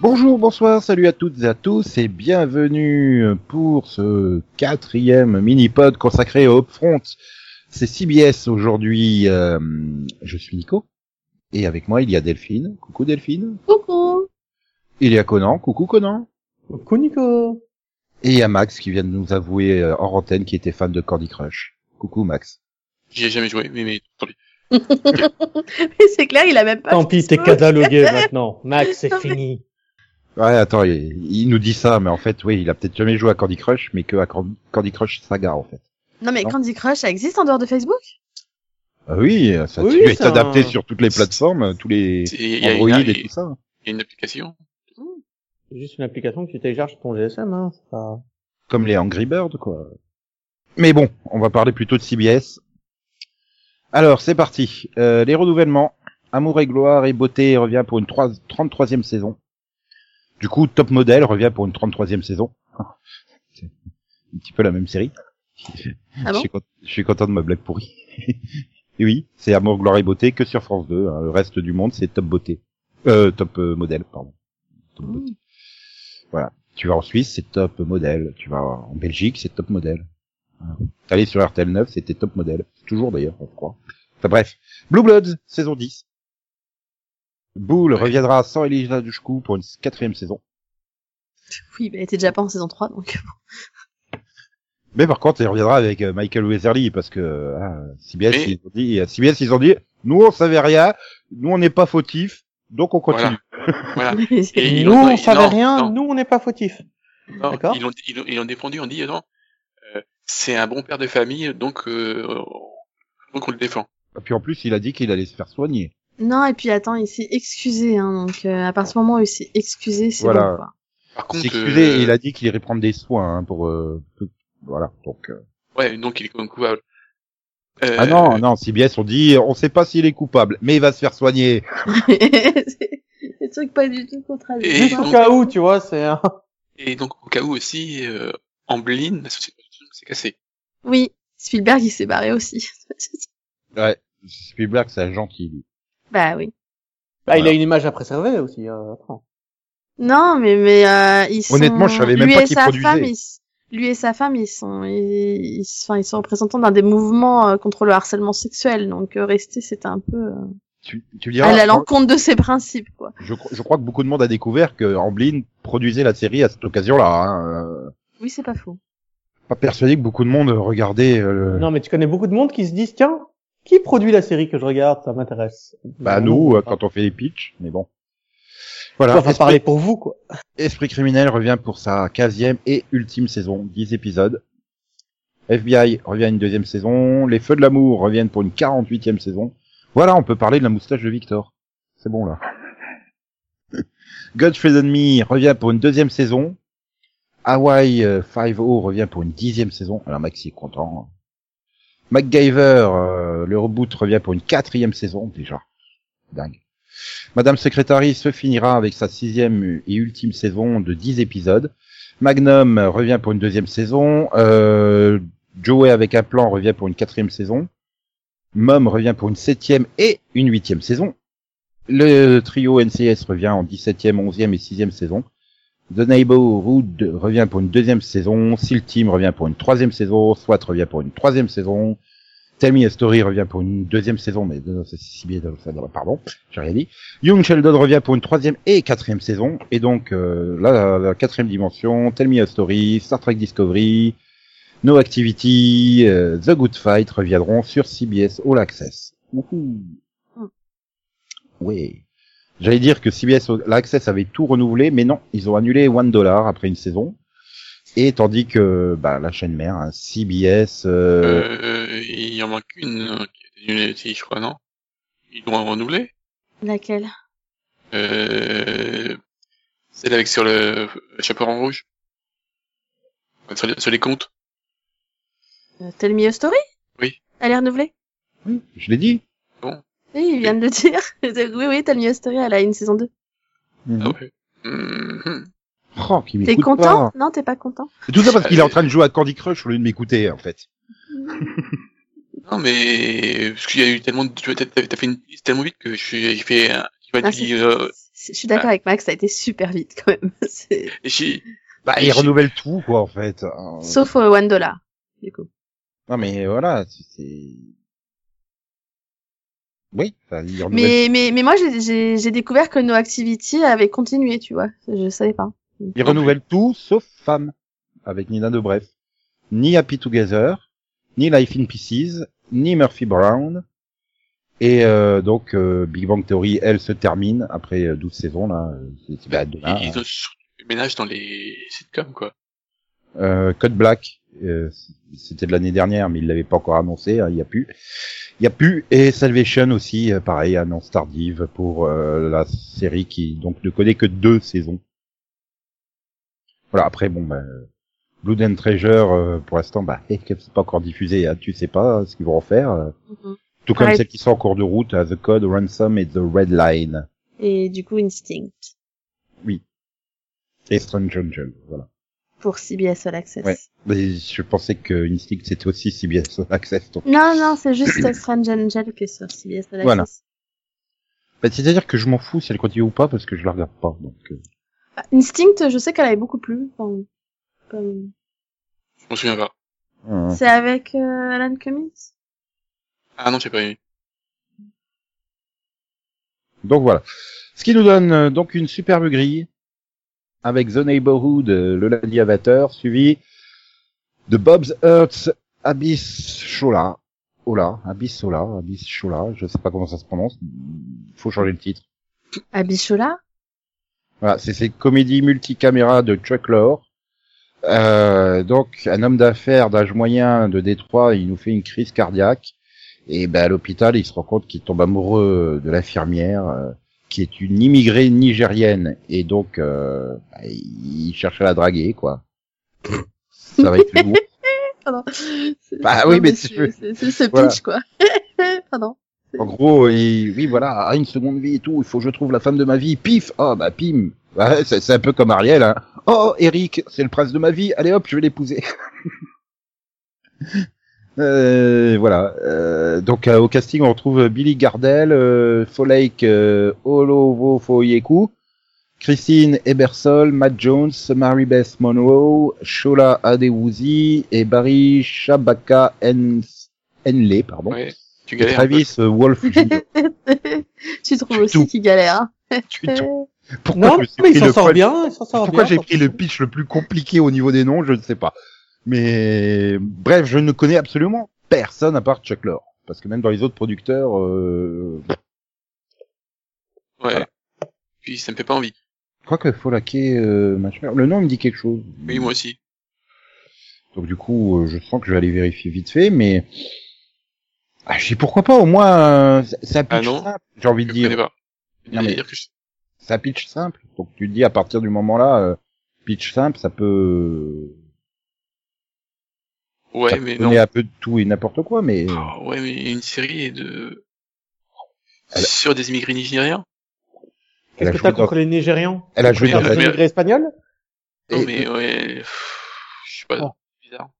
Bonjour, bonsoir, salut à toutes et à tous et bienvenue pour ce quatrième mini-pod consacré au Upfront. C'est CBS aujourd'hui, euh, je suis Nico et avec moi il y a Delphine. Coucou Delphine. Coucou Il y a Conan, coucou Conan. Coucou Nico Et il y a Max qui vient de nous avouer euh, en antenne qu'il était fan de Candy Crush. Coucou Max. J'y ai jamais joué, mais, mais tant pis. Mais c'est clair, il a même pas... Tant pis, t'es catalogué maintenant. Max, c'est fini. Ouais, attends, il, il nous dit ça, mais en fait, oui, il a peut-être jamais joué à Candy Crush, mais que à Can- Candy Crush Saga en fait. Non mais Non. Candy Crush, ça existe en dehors de Facebook Ah oui, ça a Oui, dû c'est être adapté un- sur toutes les plateformes, tous les C'est- Il y, a une- Android il et y tout ça. a une application. C'est juste une application que tu télécharges sur ton GSM, hein. c'est Pas... Comme les Angry Birds, quoi. Mais bon, on va parler plutôt de CBS. Alors, c'est parti. Euh, les renouvellements. Amour et gloire et beauté revient pour une trois- 33e saison. Du coup, Top Model revient pour une 33e saison. C'est un petit peu la même série. je, Ah bon suis cont- je suis content de ma blague pourrie. et oui, c'est Amour, gloire et beauté que sur France 2. hein. Le reste du monde, c'est Top Beauté. Euh, Top euh, Model, pardon. Top Beauté. Tu vas en Suisse, c'est top modèle. Tu vas en Belgique, c'est top modèle. Voilà. T'es allé sur RTL 9, c'était top modèle. Toujours d'ailleurs, on croit. Enfin bref. Blue Bloods, saison 10. Boule reviendra sans Elisa Dushku pour une quatrième saison. Oui, mais elle était déjà pas en saison 3, donc... Mais par contre, elle reviendra avec euh, Michael Weatherly parce que euh, ah, CBS, Mais- ils ont dit, euh, CBS, ils ont dit, nous on savait rien, nous on n'est pas fautif, donc on continue. Voilà. Ah. voilà. Et ils Nous, l'ont- on ils- savait non, rien, non, nous, on n'est pas fautifs. non, D'accord. Ils l'ont ils l'ont- ils l'ont défendu en disant euh, c'est un bon père de famille, donc, euh, donc on le défend. Et puis en plus, il a dit qu'il allait se faire soigner. Non, et puis attends, il s'est excusé, hein, donc euh, à partir du moment où il s'est excusé, c'est Voilà. bon, quoi. Par Il contre, s'est excusé euh, et il a dit qu'il irait prendre des soins hein, pour... euh, tout- Voilà, donc... euh, ouais, donc il est quand même coupable. Euh, Ah non, non, CBS, on dit, on sait pas s'il est coupable, mais il va se faire soigner. c'est des trucs pas du tout Et Juste contradictoires. au donc- cas où, tu vois, c'est un... Et donc au cas où aussi, euh, Amblin, la société de production s'est cassée. Oui, Spielberg, il s'est barré aussi. Ouais, Spielberg, c'est un gentil, lui. bah oui. Bah, il Voilà. a une image à préserver aussi, euh, attends. Non, mais mais euh, ils sont... Honnêtement, je savais même lui pas et qu'il sa produisait. femme, ils s- Lui et sa femme, ils sont, ils, ils- enfin, ils sont représentants d'un des mouvements euh, contre le harcèlement sexuel, donc euh, rester, c'était un peu euh, Tu, tu diras, à l'encontre de ses principes, quoi. je, crois- je crois que beaucoup de monde a découvert que Amblin produisait la série à cette occasion-là. Hein. Euh, Oui, c'est pas faux. Pas persuadé que beaucoup de monde regardait. euh, Non, mais tu connais beaucoup de monde qui se disent, tiens, qui produit la série que je regarde, ça m'intéresse. Mmh. bah Non, nous, non, euh, pas. quand on fait les pitchs, mais bon. Voilà, Enfin, Esprit, parler pour vous, quoi. Esprit criminel revient pour sa 15e et ultime saison, 10 épisodes. FBI revient une deuxième saison, Les Feux de l'amour reviennent pour une 48e saison. Voilà, on peut parler de la moustache de Victor. C'est bon là. Godfrey and Me revient pour une deuxième saison. Hawaii euh, 5-0 revient pour une dixième saison. Alors Maxi est content. hein. MacGyver, euh, le reboot revient pour une quatrième saison déjà. Dingue. Madame Secretary se finira avec sa sixième et ultime saison de 10 épisodes. Magnum euh, revient pour une deuxième saison. Euh, Joey avec un plan revient pour une quatrième saison. Mom revient pour une septième et une huitième saison. Le trio NCS revient en 17e, 11e et 6e saison. The Neighborhood revient pour une deuxième saison. Seal Team revient pour une troisième saison. SWAT revient pour une troisième saison. Tell Me a Story revient pour une deuxième saison, mais non, c'est si bien, ça, pardon, j'ai rien dit. Young Sheldon revient pour une troisième et quatrième saison, et donc euh, là, la, la quatrième dimension, Tell Me a Story, Star Trek Discovery, No Activity, euh, The Good Fight reviendront sur CBS All Access. Wouhou. Mm. Oui. J'allais dire que CBS All Access avait tout renouvelé, mais non, ils ont annulé One Dollar après une saison. Et tandis que bah, la chaîne mère, hein, CBS, euh, Euh, il en manque une euh, qui est annulée aussi, je crois, non Ils l'ont renouvelée Laquelle Euh, celle avec sur le le chaperon rouge. Sur les, sur les comptes. euh, Tell Me a Story Oui. Elle est renouvelée oui, je l'ai dit. Oui, il vient de le dire. oui, oui, Tell Me a Story, elle a une saison 2. Ah ouais. Mhm. Oh, qui T'es m'écoute content pas. Non, t'es pas content. C'est Tout ça parce qu'il est en train de jouer à Candy Crush au lieu de m'écouter, en fait. Non mais parce qu'il y a eu tellement de... tu vois, t'as, t'as fait une liste tellement vite que je suis- j'ai fait un... tu vois, Ah, tu dis, c'est- euh, Je suis d'accord avec Max, ça a été super vite quand même. C'est- Et j'ai- Bah, Et ils j'ai- renouvellent tout, quoi, en fait. Euh, Sauf euh, One Dollar, du coup. Non, mais voilà, c'est- c'est... Oui, enfin, ils renouvellent, Mais, mais, mais moi, j'ai- j'ai j'ai découvert que No Activity avait continué, tu vois. Je savais pas. ils renouvellent tout, sauf Femme, avec Nina Dobrev. Ni Happy Together, ni Life in Pieces, ni Murphy Brown. Et euh, donc, euh, Big Bang Theory, elle, se termine après euh, 12 saisons, là. euh, c'est- c'est- bah, demain, ils, ils ont surtout euh, le ménage dans les sitcoms, quoi. Euh, Code Black, euh, c'était de l'année dernière, mais il l'avait pas encore annoncé, hein, il y a plus. Il y a plus et Salvation aussi, euh, pareil, annonce tardive pour euh, la série qui donc ne connaît que deux saisons. Voilà, après bon, bah, Blood and Treasure euh, pour l'instant, bah, c'est pas encore diffusé, hein, tu sais pas ce qu'ils vont en faire. euh. Mhm. Tout comme Pareil. celles qui sont en cours de route, euh, The Code, Ransom et The Red Line Et du coup, Instinct et Strange Jungle. Voilà. pour CBS All Access. Ouais. Mais je pensais que Instinct c'était aussi CBS Access. donc Non, non, c'est juste Strange Angel qui est sur CBS All Access. Voilà. Bah, c'est-à-dire que je m'en fous si elle continue ou pas parce que je la regarde pas. Donc, euh, Bah, Instinct, je sais qu'elle avait beaucoup plu. enfin, comme- Je m'en souviens pas. hein. C'est avec euh, Alan Cummings Ah non, j'ai pas aimé. donc voilà. Ce qui nous donne euh, donc une superbe grille avec The Neighborhood euh, le lundi à 20h, suivi de Bob's Hurts Abyss Shola. Ola, Abyss Shola, Abyss Shola, je sais pas comment ça se prononce, faut changer le titre. Abishola Voilà, c'est cette comédie multicaméra de Chuck Lorre. Euh, donc, un homme d'affaires d'âge moyen de Détroit, il nous fait une crise cardiaque. Et ben, à l'hôpital, il se rend compte qu'il tombe amoureux de l'infirmière, euh, qui est une immigrée nigérienne. Et donc, euh, bah, il cherche à la draguer, quoi. Ça va être lourd. Pardon. C'est- Bah c'est- oui, non, mais tu c'est veux- c'est- c'est ce Voilà. pitch, quoi. Pardon. En gros, il- oui, voilà, à une seconde vie et tout, il faut que je trouve la femme de ma vie. Pif, oh bah pim. Ouais, c'est c'est un peu comme Ariel. Hein. Oh Eric, c'est le prince de ma vie. Allez hop, je vais l'épouser. Euh, voilà. Euh, donc euh, au casting, on retrouve Billy Gardel, euh, Folake euh, Olowofoyeku, Christine Ebersol, Matt Jones, Mary Beth Monroe, Shola Adewuzi et Barry Shabaka En- Henley, pardon. Ouais, tu Et galères. un peu. Travis euh, Wolf Jr. tu trouves Du aussi tout. qu'il galère. hein. Tu- tu- Pourquoi Non, je me suis mais il pris s'en le sort pol- bien, il s'en sort Pourquoi j'ai bien. pris le pitch le plus compliqué au niveau des noms, je ne sais pas. Mais bref, je ne connais absolument personne à part Chuck Lorre, parce que même dans les autres producteurs, euh... Ouais. Voilà. Puis ça me fait pas envie. je crois que Folaké, euh, machin, le nom il me dit quelque chose. Oui, moi aussi. Donc du coup, euh, je sens que je vais aller vérifier vite fait, mais ah, je dis pourquoi pas. Au moins, euh, c'est- c'est un Ah pitch non. simple. J'ai envie Je de connais dire, pas. Non, mais- Dire que je- c'est un pitch simple. Donc tu te dis à partir du moment-là, euh, pitch simple, ça peut Ouais, ça mais peut non. donner un peu de tout et n'importe quoi, mais Ah, ouais, mais une série de... Ah bah. Sur des immigrés nigériens Elle a Qu'est-ce que joué t'as dans- contre les Nigérians elle a joué dans Merde, la Les mais- immigrés espagnols Non, Et- mais ouais... pff, Je sais pas, Ah. bizarre.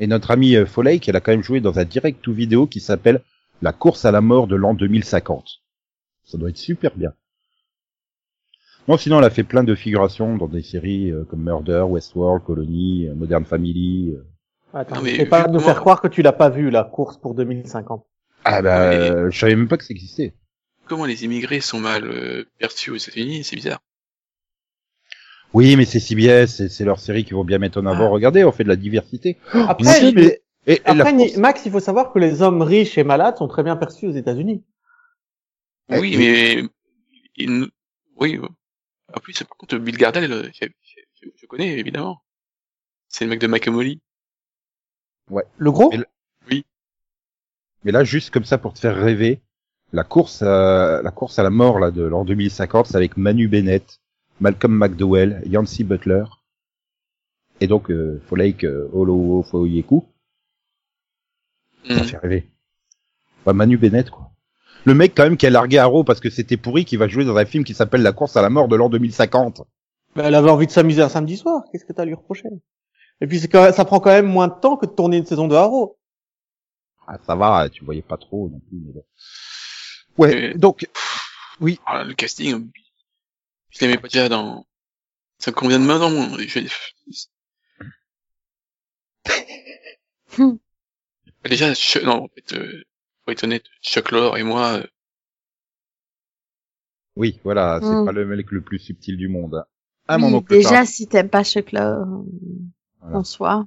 Et notre ami euh, Folake, elle a quand même joué dans un direct to vidéo qui s'appelle La course à la mort de l'an 2050. Ça doit être super bien. Non, sinon, elle a fait plein de figurations dans des séries euh, comme Murder, Westworld, Colony, euh, Modern Family. euh. Non, Attends, mais fais pas vu nous comment- faire croire que tu l'as pas vu, la course pour 2050. Ah bah, euh, je savais même pas que ça existait. Comment les immigrés sont mal euh, perçus aux États-Unis C'est bizarre. Oui, mais c'est CBS, et c'est leurs séries qui vont bien mettre en avant. Ah. Regardez, on fait de la diversité. Après, Oui, mais- et- et la après course- Max, il faut savoir que les hommes riches et malades sont très bien perçus aux États-Unis. Eh, Oui, oui. mais... il- Oui. ouais. En plus, par contre, Bill Gardel, euh, je, je- je connais, évidemment. C'est le mec de McAmolly. Le gros Mais le- Mais là, juste comme ça pour te faire rêver, la course à, la course à la mort là de l'an 2050, c'est avec Manu Bennett, Malcolm McDowell, Yancy Butler, et donc euh, Folake euh, Olowofoyeku. Ça Mhm. Hmm. fait rêver. Enfin, Manu Bennett, quoi. Le mec quand même qui a largué Arrow parce que c'était pourri, qui va jouer dans un film qui s'appelle La course à la mort de l'an 2050. Bah, elle avait envie de s'amuser un samedi soir. Qu'est-ce que t'as à lui reprocher Et puis c'est quand même- ça prend quand même moins de temps que de tourner une saison de Haro. Ah, ça va, tu voyais pas Euh, trop non plus. mais bon. Ouais, Et- donc Ah, le casting, Je l'aimais pas déjà dans... Ça me convient de main dans mon... Je... déjà, je... non, en fait, euh, faut être honnête, Chuck Lorre et moi, euh, Oui, voilà, c'est Hmm. pas le mec le plus subtil du monde. hein. Ah, mon Oui, oncle déjà, Charles. si t'aimes pas Chuck Lorre, euh, Voilà. en soi.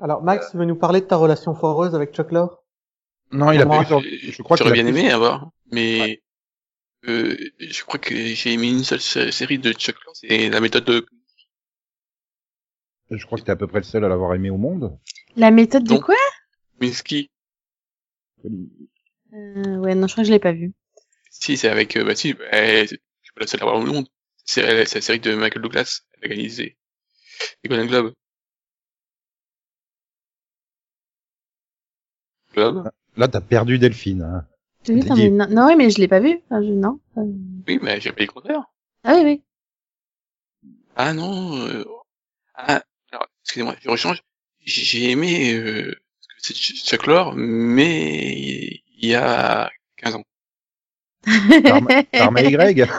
Alors, Max, tu veux nous parler de ta relation foireuse avec Chuck Lorre Non, il a Moi, pas eu son- Je crois qu'il j'aurais a bien plus- aimé avoir, mais euh, je crois que j'ai aimé une seule sé- série de Chuck Lorre, c'est la méthode de... Je crois que t'es à peu près le seul à l'avoir aimé au monde. La méthode de Non. quoi Minsky. Euh, Ouais, non, je crois que je l'ai pas vu. Si, c'est avec... euh, bah si, bah, elle- je suis pas la seule à l'avoir au monde. C'est elle- c'est la série de Michael Douglas, elle a gagné les les Golden Globes. Globe Là, t'as perdu Delphine. hein. T'as vu, t'as Dédié. mis- Non, non, oui, mais je l'ai pas vu. Enfin, je- Non. euh, Oui, mais j'ai pas les compteurs. Ah oui, oui. Ah non, euh... ah, alors, excusez-moi, je rechange. J'ai aimé euh, c'est Ch- Chuck Lorre, mais il y a 15 ans. Karma- Eh. Karma et Greg.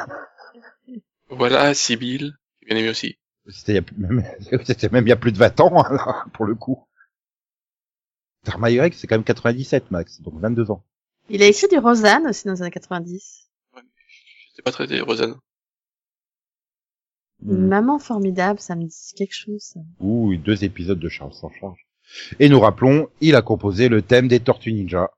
Voilà, Sibyl, j'ai bien aimé aussi. C'était il y a plus- même, c'était même il y a plus de 20 ans, alors, pour le coup. Dharma Y, c'est quand même 97, Max, donc 22 ans. Il a écrit du Rosanne aussi dans les années 90. Je sais pas traiter Rosanne. Mm. Une maman formidable, ça me dit quelque chose. ça. Ou deux épisodes de Charles sans charge. Et nous rappelons, il a composé le thème des Tortues Ninja.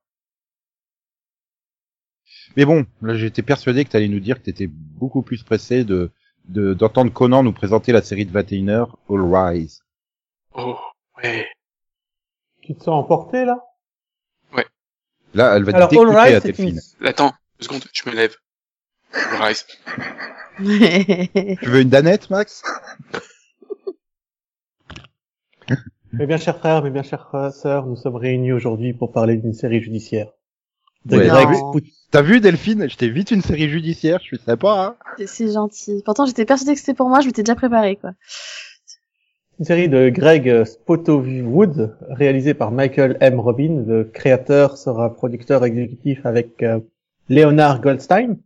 Mais bon, là, j'étais persuadé que t'allais nous dire que t'étais beaucoup plus pressé de, de- d'entendre Conan nous présenter la série de 21 heures, All Rise. Oh, ouais. Tu te sens emporté, là Là, elle va Alors, te All découper à Right, c'est Bah, hein, Delphine. une... Attends, deux secondes, je me lève. Rise. Tu veux une danette, Max? Mes bien chers frères, mes bien chères euh, sœurs, nous sommes réunis aujourd'hui pour parler d'une série judiciaire. De Ouais. Ah Greg Non. Spout- T'as vu, Delphine? Je t'ai vite une série judiciaire, je suis sympa, hein? C'est- C'est gentil. Pourtant, j'étais persuadée que c'était pour moi, je m'étais déjà préparée, quoi. Une série de Greg Spotowood, réalisée par Michael M. Robin. Le créateur sera producteur exécutif avec euh, Leonard Goldstein.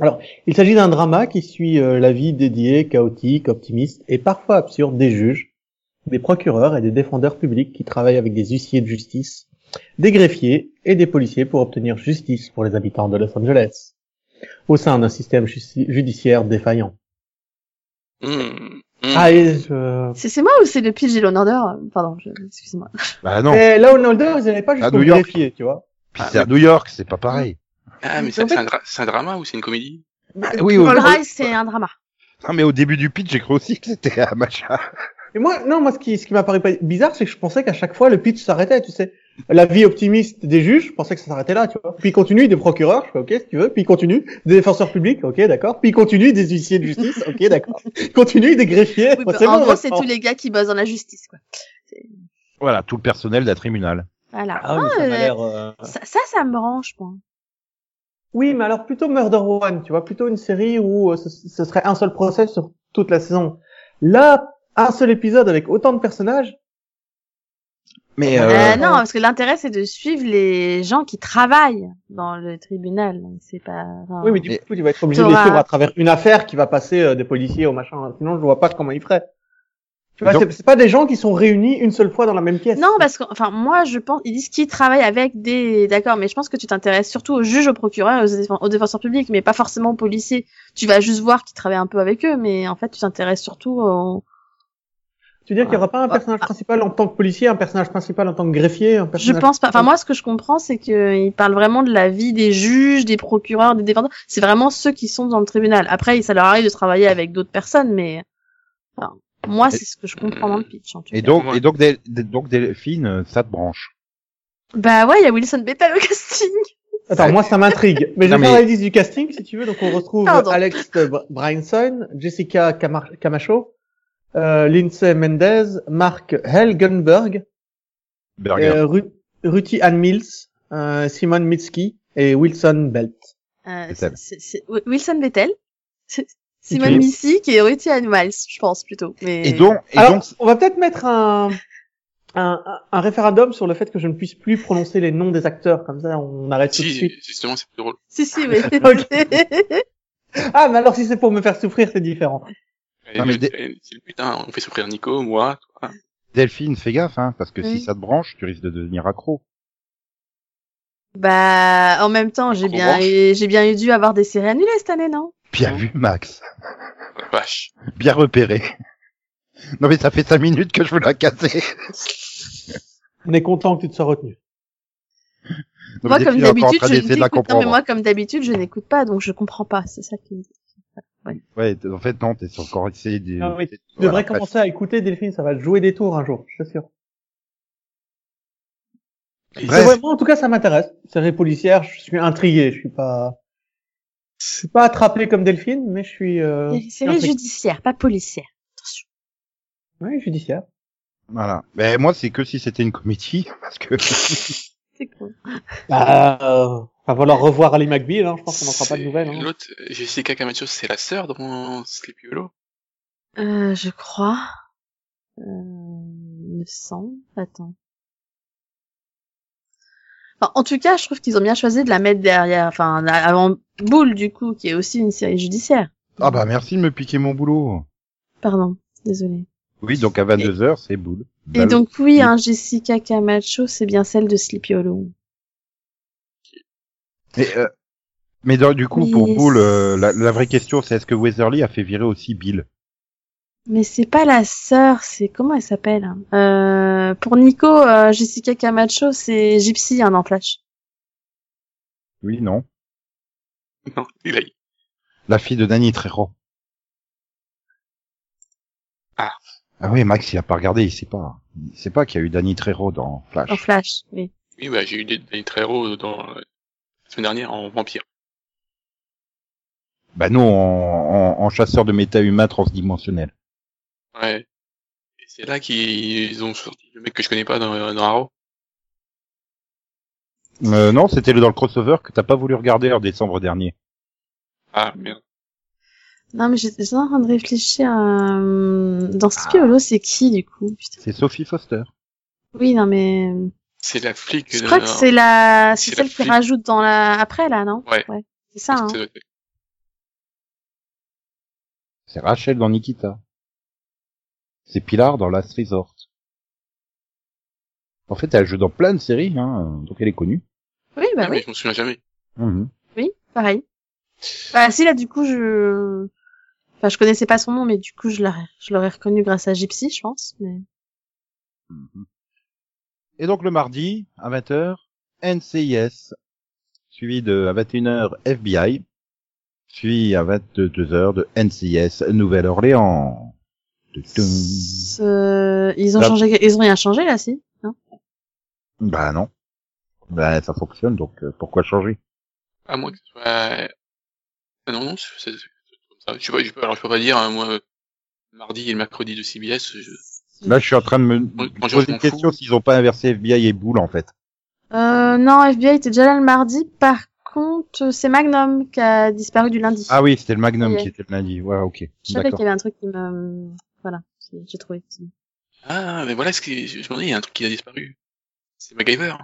Alors, il s'agit d'un drama qui suit euh, la vie dédiée, chaotique, optimiste et parfois absurde des juges, des procureurs et des défendeurs publics qui travaillent avec des huissiers de justice, des greffiers et des policiers pour obtenir justice pour les habitants de Los Angeles, au sein d'un système justi- judiciaire défaillant. Hum, hum. Ah, et je- C'est c'est moi ou c'est le pitch et l'honneur d'or Pardon, je... excusez-moi. Bah Euh, non, Et là, au Nolder, ils n'allaient pas New jusqu'au York. greffier, tu vois. puis c'est à New York, c'est pas pareil. Ah, mais en c'est fait- c'est un, dra- c'est un drama ou c'est une comédie oui, Euh, All au- Rise, c'est un drama. Non mais au début du pitch, j'ai cru aussi que c'était un match. à- Et moi, non, moi, ce qui, ce qui m'a paru pas- bizarre, c'est que je pensais qu'à chaque fois, le pitch s'arrêtait, tu sais. La vie optimiste des juges, je pensais que ça s'arrêtait là, tu vois. Puis il continue des procureurs, je fais ok, si tu veux. Puis il continue des défenseurs publics, ok, d'accord. Puis il continue des huissiers de justice, ok, d'accord. Il continue des greffiers. Oui, bah, moi, Oh, c'est en bon, gros, c'est maintenant. tous les gars qui bossent dans la justice, quoi. Voilà, tout le personnel d'un tribunal. Voilà. Ah, mais ça m'a euh, l'air, euh, Ça, ça, ça me branche, moi. Oui, mais alors plutôt Murder One, tu vois, plutôt une série où euh, ce, ce serait un seul procès sur toute la saison. Là, un seul épisode avec autant de personnages. Eh Mais Euh, euh, non, parce que l'intérêt, c'est de suivre les gens qui travaillent dans le tribunal. Donc, c'est pas... enfin, Oui, mais du Mais- coup, tu vas être obligé de les T'auras- suivre à travers une affaire qui va passer euh, des policiers au machin. Sinon, je vois pas comment ils feraient. Tu vois, Donc- c'est- c'est pas des gens qui sont réunis une seule fois dans la même pièce. Non, bah, parce que, enfin, moi, je pense, ils disent qu'ils travaillent avec des, d'accord, mais je pense que tu t'intéresses surtout aux juges, aux procureurs, et aux, défen- aux défenseurs publics, mais pas forcément aux policiers. Tu vas juste voir qu'ils travaillent un peu avec eux, mais en fait, tu t'intéresses surtout aux... Tu veux dire qu'il y aura pas un personnage principal en tant que policier, un personnage principal en tant que greffier, un euh, Je personnage. pense pas. Enfin, moi, ce que je comprends, c'est qu'ils parlent vraiment de la vie des juges, des procureurs, des défenseurs. C'est vraiment ceux qui sont dans le tribunal. Après, ça leur arrive de travailler avec d'autres personnes, mais, enfin, moi, c'est ce que je comprends dans le pitch, en tout et cas. donc Ouais. et donc Del- Del- donc Delphine, euh, ça te branche. Bah ouais, il y a Wilson Bethel au casting. Attends, moi, ça m'intrigue. Mais je vais Non, mais- faire la liste du casting, si tu veux. Donc, on retrouve Pardon. Alex de Br- Bryanson, Jessica Camar- Camacho, euh, Lindsay Mendez, Mark Helgenberg, Burger. euh, Ru- Ruthie Ann Mills, euh, Simon Mitski et Wilson Belt. Euh, Bethel. c'est- c'est- c'est- Wilson Bethel. C'est- Simone Ok. Missy qui est Ruthie Ann Miles, je pense plutôt. Mais... Et donc et Alors, donc on va peut-être mettre un, un, un- un référendum sur le fait que je ne puisse plus prononcer les noms des acteurs, comme ça on arrête tout de Si, suite. justement, c'est plus drôle. Si, si, oui. Ok. Ah, mais alors si c'est pour me faire souffrir, c'est différent. Non, mais Eh, des- eh, C'est le but, hein. On fait souffrir Nico, moi, toi. Delphine, fais gaffe, hein, parce que Oui. si ça te branche, tu risques de devenir accro. Bah, en même temps, j'ai En bien, revanche- eu- j'ai bien eu dû avoir des séries annulées cette année, non Bien Hein. vu, Max. La Ah, vache. Bien repéré. non, mais ça fait cinq minutes que je veux la casser. On est content que tu te sois retenu. Non, moi, mais comme Delphine est encore en d'habitude, train je d'essayer de la n'écoute- non, mais comprendre. moi, comme d'habitude, je n'écoute pas, donc je comprends pas. C'est ça qui. Ouais, t- en fait, non, t'es encore essayé de... Ah oui, tu Voilà, devrais bref. commencer à écouter Delphine, ça va te jouer des tours un jour, je suis sûr. C'est Bref. vrai, moi, en tout cas, ça m'intéresse. Série policière, je suis intrigué, je suis pas... Je suis pas attrapé comme Delphine, mais je suis... Euh... Série séries intrigué. judiciaires, pas policières. Attention. Oui, judiciaire. Voilà. Mais moi, c'est que si c'était une comédie, parce que... C'est cool. Bah, euh... va falloir revoir Ali McBeal, hein. je pense qu'on n'en fera pas de C'est- nouvelles. Hein. L'autre, euh, Jessica Camacho, c'est la sœur dans Sleepy Hollow. Euh, je crois. Euh, il me semble. Attends. Enfin, en tout cas, je trouve qu'ils ont bien choisi de la mettre derrière, enfin, la- avant Boule, du coup, qui est aussi une série judiciaire. Ah bah, merci de me piquer mon boulot. Pardon. Désolée. Oui, donc à 22h, c'est boule. Bah Et oui. donc, oui, hein, Jessica Camacho, c'est bien celle de Sleepy Hollow. Mais, euh, mais dans- du coup, Mais pour Bull, c'est- euh, la, la vraie question, c'est est-ce que Weatherly a fait virer aussi Bill Mais c'est pas la sœur, c'est comment elle s'appelle hein euh, Pour Nico, euh, Jessica Camacho, c'est Gypsy hein, dans Flash. Oui, non Non, il a La fille de Danny Trejo. Ah. Ah oui, Max, il a pas regardé, il sait pas. Il sait pas qu'il y a eu Danny Trejo dans Flash. Dans Flash, oui. Oui, bah, j'ai eu des, des très héros dans, euh, la semaine dernière en vampire. Bah non, en, en- en chasseur de méta-humains transdimensionnels. Ouais. Et c'est là qu'ils ont sorti le mec que je connais pas dans, dans Arrow. Euh, non, c'était dans le crossover que t'as pas voulu regarder en décembre dernier. Ah, merde. Non, mais j'étais j'étais en train de réfléchir. euh, Dans Sleepy Ah. Hollow, c'est qui du coup Putain. C'est Sophie Foster. Oui, non, mais C'est la flic. je de- crois que c'est la, c'est c'est celle la qui fille. rajoute dans la après là, non Ouais. C'est ça. Hein. Ça doit être- C'est Rachel dans Nikita. C'est Pilar dans Last Resort. En fait, elle joue dans plein de séries, hein, donc elle est connue. Oui, bah Ah, mais oui, je m'en souviens jamais. Mhm. oui, pareil. Bah si là, du coup, je, enfin, je connaissais pas son nom, mais du coup, je l'aurais, je l'aurais reconnu grâce à Gypsy, je pense. Mais Et donc le mardi, à 20h, NCIS, suivi de à 21h FBI, suivi à 22h de NCIS Nouvelle-Orléans. Tudum. Euh, ils ont Là- changé, ils ont rien changé là, si non Bah non. Bah ça fonctionne, donc euh, pourquoi changer À moins que ce soit. Ah non, non, c'est c'est- c'est comme ça. Je sais pas, je peux, alors je peux pas dire, hein, moi, euh, mardi et le mercredi de CBS, je... Là je suis en train de me Bonjour, poser je m'en une question fous. s'ils ont pas inversé FBI et Boule en fait. Euh, non, FBI était déjà là le mardi. Par contre, c'est Magnum qui a disparu du lundi. Ah oui, c'était le Magnum Ouais. qui était le lundi. Ouais, ok. je savais D'accord. qu'il y avait un truc qui me, voilà, j'ai j'ai trouvé. Ah, mais voilà ce qui, je je me dis, il y a un truc qui a disparu. C'est MacGyver.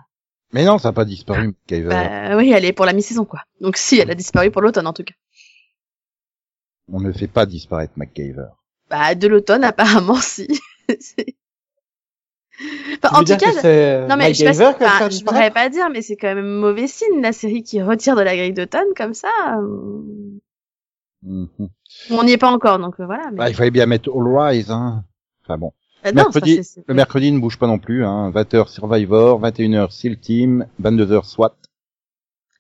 Mais non, ça n'a pas disparu, MacGyver. Bah oui, elle est pour la mi-saison quoi. Donc si, elle a disparu pour l'automne en tout cas. On ne fait pas disparaître MacGyver. Bah de l'automne apparemment si. C'est- Enfin, en tout cas, euh, c'est non mais je sais pas si- MacGyver qui va enfin, faire je disparaître. voudrais pas dire, mais c'est quand même mauvais signe la série qui retire de la grille d'automne comme ça. euh, Mhm. Bon, on n'y est pas encore, donc euh, voilà. mais- Bah, il fallait bien mettre All Rise, hein. Enfin bon. Euh, non, ça, mercredi, c'est- c'est- Le mercredi ne bouge pas non plus, hein. 20h Survivor, 21h Seal Team, 22h SWAT.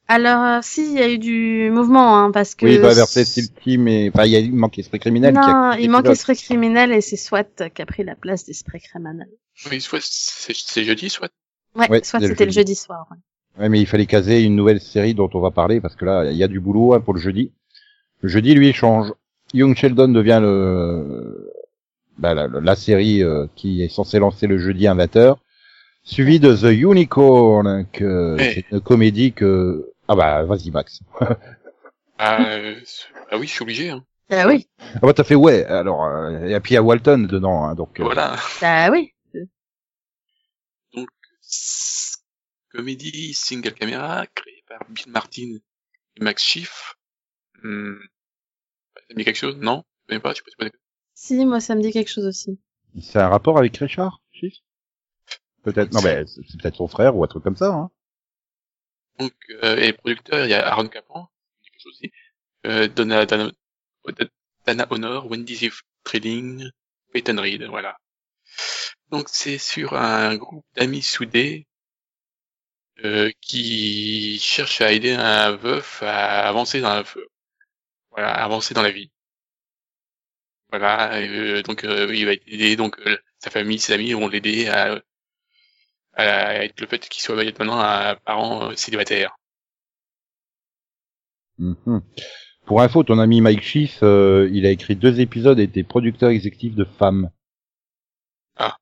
Alors, euh, si, il y a eu du mouvement, hein, parce que... Oui, ils ont inversé Seal Team et, enfin, il y a- il manque l'esprit criminel. qui Non, a- il manque l'esprit criminel et c'est SWAT qui a pris la place d'esprit criminel. Oui, soit c'est c'est jeudi, soit. Ouais, Ouais, SWAT, c'est le c'était le jeudi. jeudi soir. ouais. Ouais, mais il fallait caser une nouvelle série dont on va parler parce que là, il y a du boulot, hein, pour le jeudi. Le jeudi, lui, il change. Young Sheldon devient le, bah, la, la série euh, qui est censée lancer le jeudi à 20h, suivi de The Unicorn, que Eh. c'est une comédie que, ah bah, vas-y, Max. Ah, euh, c'est- ah oui, je suis obligé, hein. Ah oui, Ah bah, t'as fait ouais, alors, euh, et puis il y a Walton dedans, hein, donc, euh, Voilà. ah oui. Comédie single caméra créée par Bill Martin et Max Schiff. Hmm, Ça me dit quelque chose Non Même pas, je sais pas, c'est pas Si, moi, ça me dit quelque chose aussi. C'est un rapport avec Richard, Chief Peut-être. Non, mais c'est c'est peut-être son frère ou un truc comme ça. Hein. Donc, euh, et le producteur, il y a Aaron Capan, il y a quelque chose aussi. Euh, Donna, Dana, Dana Honor, Wendy Ziff Trading, Peyton Reed, voilà. Donc c'est sur un groupe d'amis soudés euh, qui cherche à aider un veuf à avancer dans la feu. Voilà, à avancer dans la vie. Voilà, et, euh, donc euh, il va aider donc euh, sa famille, ses amis vont l'aider à, à avec le fait qu'il soit maintenant un parent euh, célibataire. Mhm. Pour info, ton ami Mike Schiff, euh, il a écrit deux épisodes et était producteur exécutif de Femmes. Ah.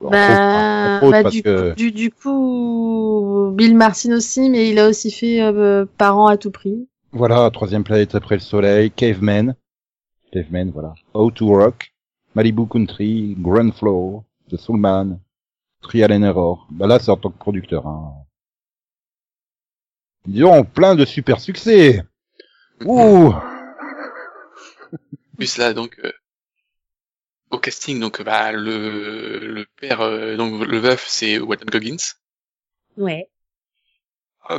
Entre autres, hein. Bah, Entre autres, bah, parce du, que... coup, du, du coup, Bill Martin aussi, mais il a aussi fait euh, Parents à tout prix. Voilà, troisième planète après le soleil, Caveman. Caveman, voilà. How to Rock, Malibu Country, Grand Floor, The Soulman, Trial and Error. Bah là, c'est en tant que producteur, hein. Disons, plein de super succès. Ouh! plus là donc euh, au casting donc bah le le père euh, donc le veuf c'est Walton Goggins Ah, Ouais.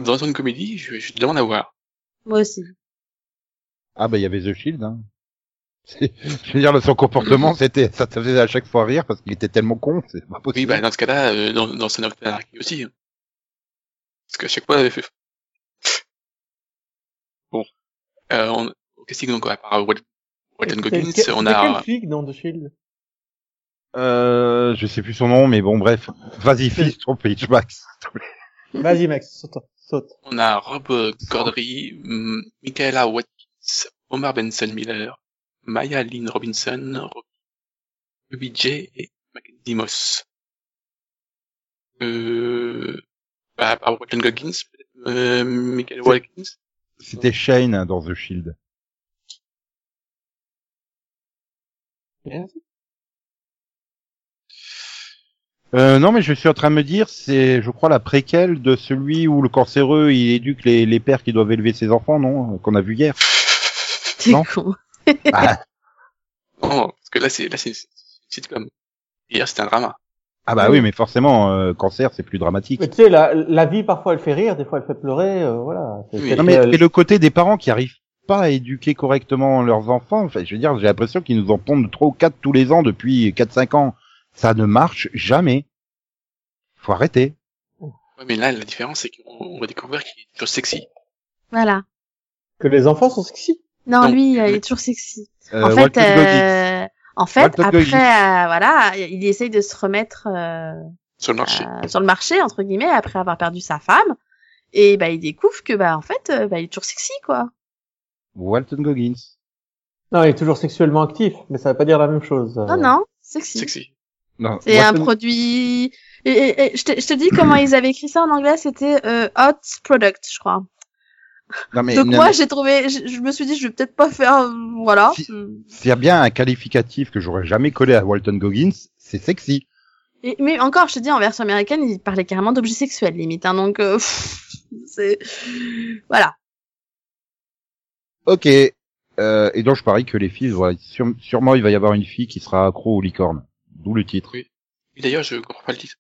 dans une comédie je, je demande à voir Moi aussi. Ah, bah, il y avait The Shield, hein. C'est- Je veux dire, son comportement, c'était, ça te faisait à chaque fois rire parce qu'il était tellement con, c'est pas oui possible. bah dans ce cas-là euh, dans dans Son of Anarchy aussi hein. parce qu'à chaque fois euh, fait- bon euh, on- au casting donc à part Wal- Walton Goggins C'était- on c'était a Quelle flic dans The Shield Euh, je sais plus son nom, mais bon, bref. Vas-y, fils, ton pitch, Max. Vas-y, Max, saute, saute. on a Rob Corddry M- Michaela Watkins Omar Benson Miller Maya Lynn Robinson Ro- Ruby J et Mackenzie Moss. Euh, bah, par Walton Goggins, peut-être, euh, Michael Watkins. C'était Shane hein, dans The Shield. Euh, non, mais je suis en train de me dire, c'est, je crois, la préquelle de celui où le cancéreux, il éduque les, les pères qui doivent élever ses enfants, non? Qu'on a vu hier. T'es Non. con. Non, parce que là, c'est, là, c'est, c'est sitcom. Hier, c'était un drama. Ah bah oui, mais forcément, euh, cancer, c'est plus dramatique. Mais tu sais, la, la vie parfois elle fait rire, des fois elle fait pleurer, euh, voilà. C'est- Oui. c'est- Non, mais, euh, et le côté des parents qui arrivent pas à éduquer correctement leurs enfants, enfin, je veux dire, j'ai l'impression qu'ils nous en pondent trois ou quatre tous les ans depuis quatre, cinq ans. Ça ne marche jamais. Faut arrêter. Ouais, mais là, la différence, c'est qu'on on va découvrir qu'il est toujours sexy. Voilà. Que les enfants sont sexy. Non, Non, lui, euh, il mais- est toujours sexy. Euh, en fait, Walton Goggins. euh, en fait, Walton après, Goggins. euh, voilà, il essaye de se remettre euh, Sur le marché. euh, sur le marché entre guillemets après avoir perdu sa femme, et bah il découvre que bah en fait, euh, bah il est toujours sexy quoi. Walton Goggins. Non, il est toujours sexuellement actif, mais ça veut pas dire la même chose. euh. Non, non, sexy. Sexy. Non, C'est un Walton- produit. Et, et- et je, te, je te dis comment ils avaient écrit ça en anglais, c'était euh, hot product, je crois. non, mais- Donc non, moi mais- j'ai trouvé, je, je me suis dit je vais peut-être pas faire, euh, voilà. Si- S'il y a bien un qualificatif que j'aurais jamais collé à Walton Goggins, c'est sexy. Et- mais encore, je te dis en version américaine, ils parlaient carrément d'objets sexuels limite, hein, donc euh, pff, c'est voilà. Ok. Euh, et donc je parie que les filles, voilà, sûre- sûrement il va y avoir une fille qui sera accro aux licornes. D'où le titre. Et d'ailleurs, je comprends pas le titre.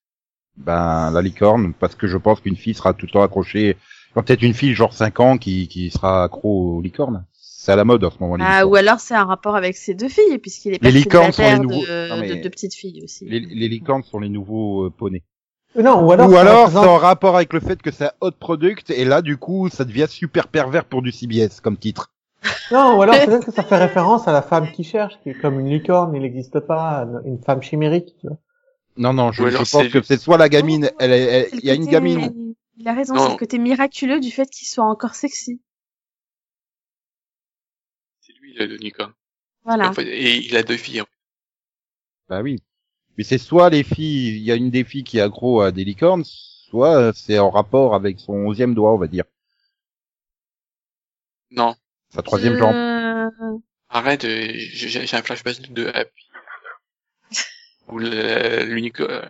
Ben la licorne, parce que je pense qu'une fille sera tout le temps accrochée. Il y aura Peut-être une fille genre 5 ans qui, qui sera accro aux licornes. C'est à la mode en ce moment. Les, Ah, licornes. ou alors c'est un rapport avec ces deux filles, puisqu'il est pas Les licornes sont les célibataire nouveaux- de, Non, mais- de deux petites filles aussi. les, les licornes sont les nouveaux euh, poneys. Non, ou alors. Ou ça alors c'est représente- en rapport avec le fait que c'est un hot product et là du coup ça devient super pervers pour du CBS comme titre. Non, ou alors peut-être que ça fait référence à la femme qui cherche, qui est comme une licorne, il n'existe pas, une femme chimérique. Tu vois. Non, non, je, Ou je alors pense c'est que juste- c'est soit la gamine, Oh, elle, elle- C'est il le y a une côté- gamine. Il a raison, Non. c'est le côté miraculeux du fait qu'il soit encore sexy. C'est lui, le, le unicorn. Voilà. En fait, et il a deux filles. en fait. Bah oui. Mais c'est soit les filles, il y a une des filles qui est accro à des licornes, soit euh, c'est en rapport avec son onzième doigt, on va dire. Non. Sa troisième Euh, jambe. Arrête, euh, j'ai j'ai un flashback de Happy. Où le- l'unicorn,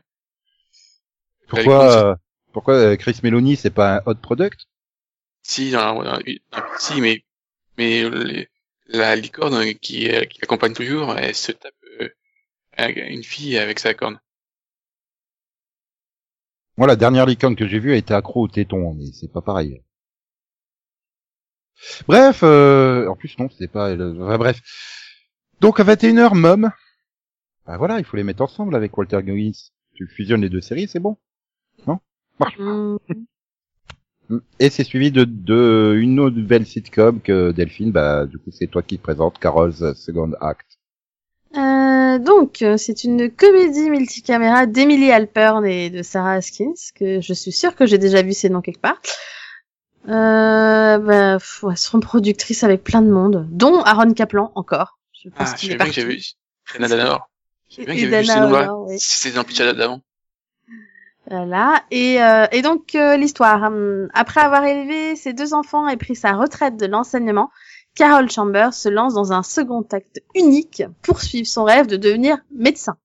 Pourquoi, euh, pourquoi euh, Chris Meloni, c'est pas un hot product? Si, dans, dans- dans- si, mais mais les- la licorne euh, qui, euh, qui l'accompagne toujours, elle se tape euh, une fille avec sa corne. Moi, la dernière licorne que j'ai vue, elle était accro au téton, mais c'est pas pareil. Bref, euh, en plus non, c'est pas. le- enfin, bref. Donc à 21h, Mom. Bah voilà, il faut les mettre ensemble avec Walter Goggins. Tu fusionnes les deux séries, c'est bon. Hmm. Et c'est suivi de, de une autre nouvelle sitcom que Delphine, bah du coup c'est toi qui présente, Carol's Second Act. Euh, donc, euh, c'est une comédie multicaméra d'Emily Alpern et de Sarah Haskins, que je suis sûre que j'ai déjà vu ces noms quelque part. Euh, bah, pff, elles sont productrices avec plein de monde, dont Aaron Kaplan, encore. Je pense Ah, je qu'il sais est bien que j'ai parti. vu. Dana Danor. Je sais bien que j'ai vu Dana ces noms-là. O'Neill, oui. C'est dans Pizza Hut d'avant. Voilà. Et, euh, et donc euh, l'histoire. Hum, Après avoir élevé ses deux enfants et pris sa retraite de l'enseignement, Carol Chambers se lance dans un second acte unique pour suivre son rêve de devenir médecin.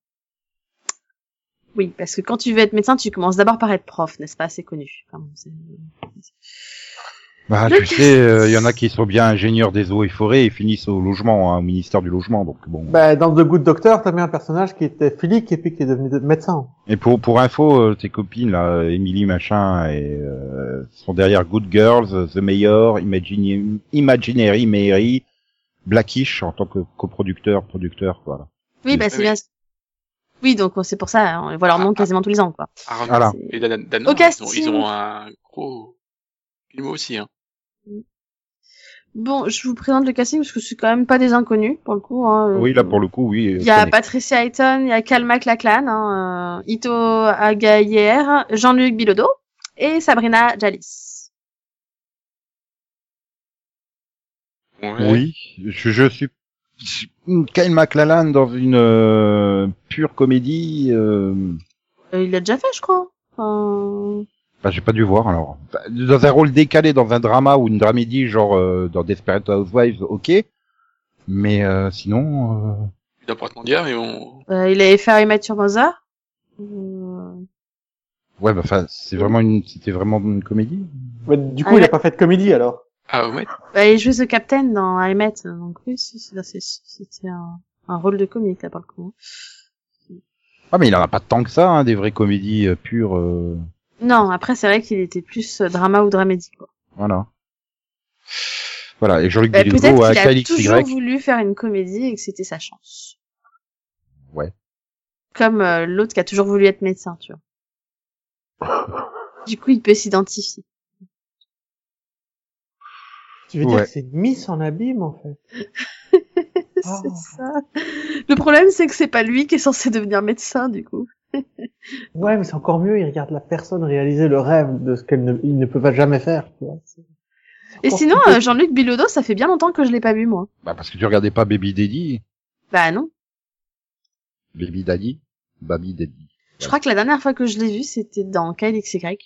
Oui, parce que quand tu veux être médecin, tu commences d'abord par être prof, n'est-ce pas C'est connu. Enfin, c'est- Bah Le tu sais, euh, il y en a qui sont bien ingénieurs des eaux et forêts et finissent au logement, hein, au ministère du logement, donc bon. Bah, dans The Good Doctor, t'as mis un personnage qui était philique et puis qui est devenu de- médecin. Et pour pour info, euh, tes copines là, Emily machin, et euh, sont derrière Good Girls, The Mayor, Imagine- Imaginary Mary, Blackish en tant que coproducteur, producteur quoi. Oui, bah, c'est Oui. bien. Oui, donc euh, c'est pour ça, hein, on les voit leur nom Ah, ah. quasiment tous les ans, quoi. Aaron Voilà. C'est- et Dana Ah. Au Danor, ils ont, ils casting. ont un gros film aussi. Hein. Bon, je vous présente le casting parce que c'est quand même pas des inconnus pour le coup. Hein. Oui là pour le coup oui. Il y a connais. Patricia Hayton, il y a Kalma Klaklan, hein, euh, Ito Agayer, Jean-Luc Bilodeau et Sabrina Jalis. Ouais. Oui, je, je suis Kyle MacLachlan dans une euh, pure comédie. euh, Euh, il l'a déjà fait, je crois. Enfin, Bah, j'ai pas dû voir alors. Bah, Dans un rôle décalé, dans un drama ou une dramédie, genre euh, dans Desperate Housewives, ok. Mais euh, sinon, euh, Dans Portlandia, mais on... euh, il avait fait Harry Met Your Mother. Euh, ouais, bah, enfin, c'est vraiment une, c'était vraiment une comédie. Mais du coup, Ah, il a ouais. pas fait de comédie, alors. Ah ouais, bah, il jouait The Captain dans Harry Met, hein, donc oui, si, si, là, c'est- c'était un, un rôle de comique là par le coup. Ah mais il en a pas tant que ça, hein, des vraies comédies euh, pures. euh, Non, après c'est vrai qu'il était plus euh, drama ou dramédie. Quoi. voilà. Voilà, et Jean-Luc Bah, Béliveau peut-être à qu'il a Calix toujours Y. voulu faire une comédie et que c'était sa chance. Ouais. Comme euh, l'autre qui a toujours voulu être médecin, tu vois. Du coup, il peut s'identifier. Tu veux dire Ouais. que c'est une mise en abîme, en fait. Ah. C'est ça. Le problème, c'est que c'est pas lui qui est censé devenir médecin, du coup. Ouais, mais c'est encore mieux, il regarde la personne réaliser le rêve de ce qu'elle ne, il ne peut pas jamais faire. tu vois. C'est- c'est Et encore sinon, plus- euh, Jean-Luc Bilodeau, ça fait bien longtemps que je l'ai pas vu, moi. Bah parce que tu regardais pas Baby Daddy, Bah non. Baby Daddy, Baby Daddy. Je crois que la dernière fois que je l'ai vu, c'était dans KLXY.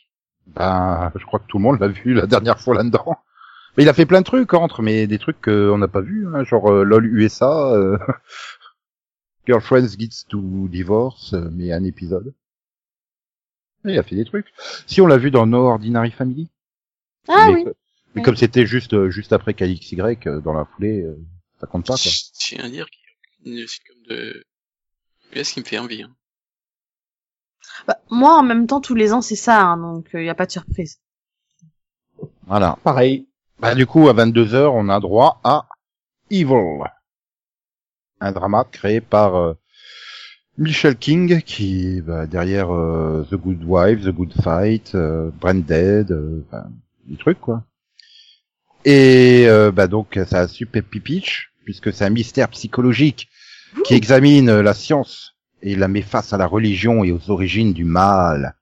Bah je crois que tout le monde l'a vu la dernière fois là-dedans. Mais il a fait plein de trucs entre, mais des trucs qu'on n'a pas vu, hein, genre euh, LOL USA, euh, Girlfriends Gets to Divorce, euh, mais un épisode. Et il a fait des trucs. Si on l'a vu dans No Ordinary Family. Ah mais, oui. euh, mais Oui. comme c'était juste euh, juste après KXY euh, dans la foulée, euh, ça compte pas quoi. je tiens à dire qu'il y a une sitcom de US qui me fait envie. Hein. Bah, moi, en même temps, tous les ans, c'est ça, hein, donc il y a pas de surprise. Voilà. Pareil. Bah du coup à 22 h on a droit à Evil, un drama créé par euh, Michel King qui est bah, derrière euh, The Good Wife, The Good Fight, euh, Branded, euh, enfin, des trucs quoi. Et euh, bah donc ça a super pitch puisque c'est un mystère psychologique qui examine euh, la science et la met face à la religion et aux origines du mal.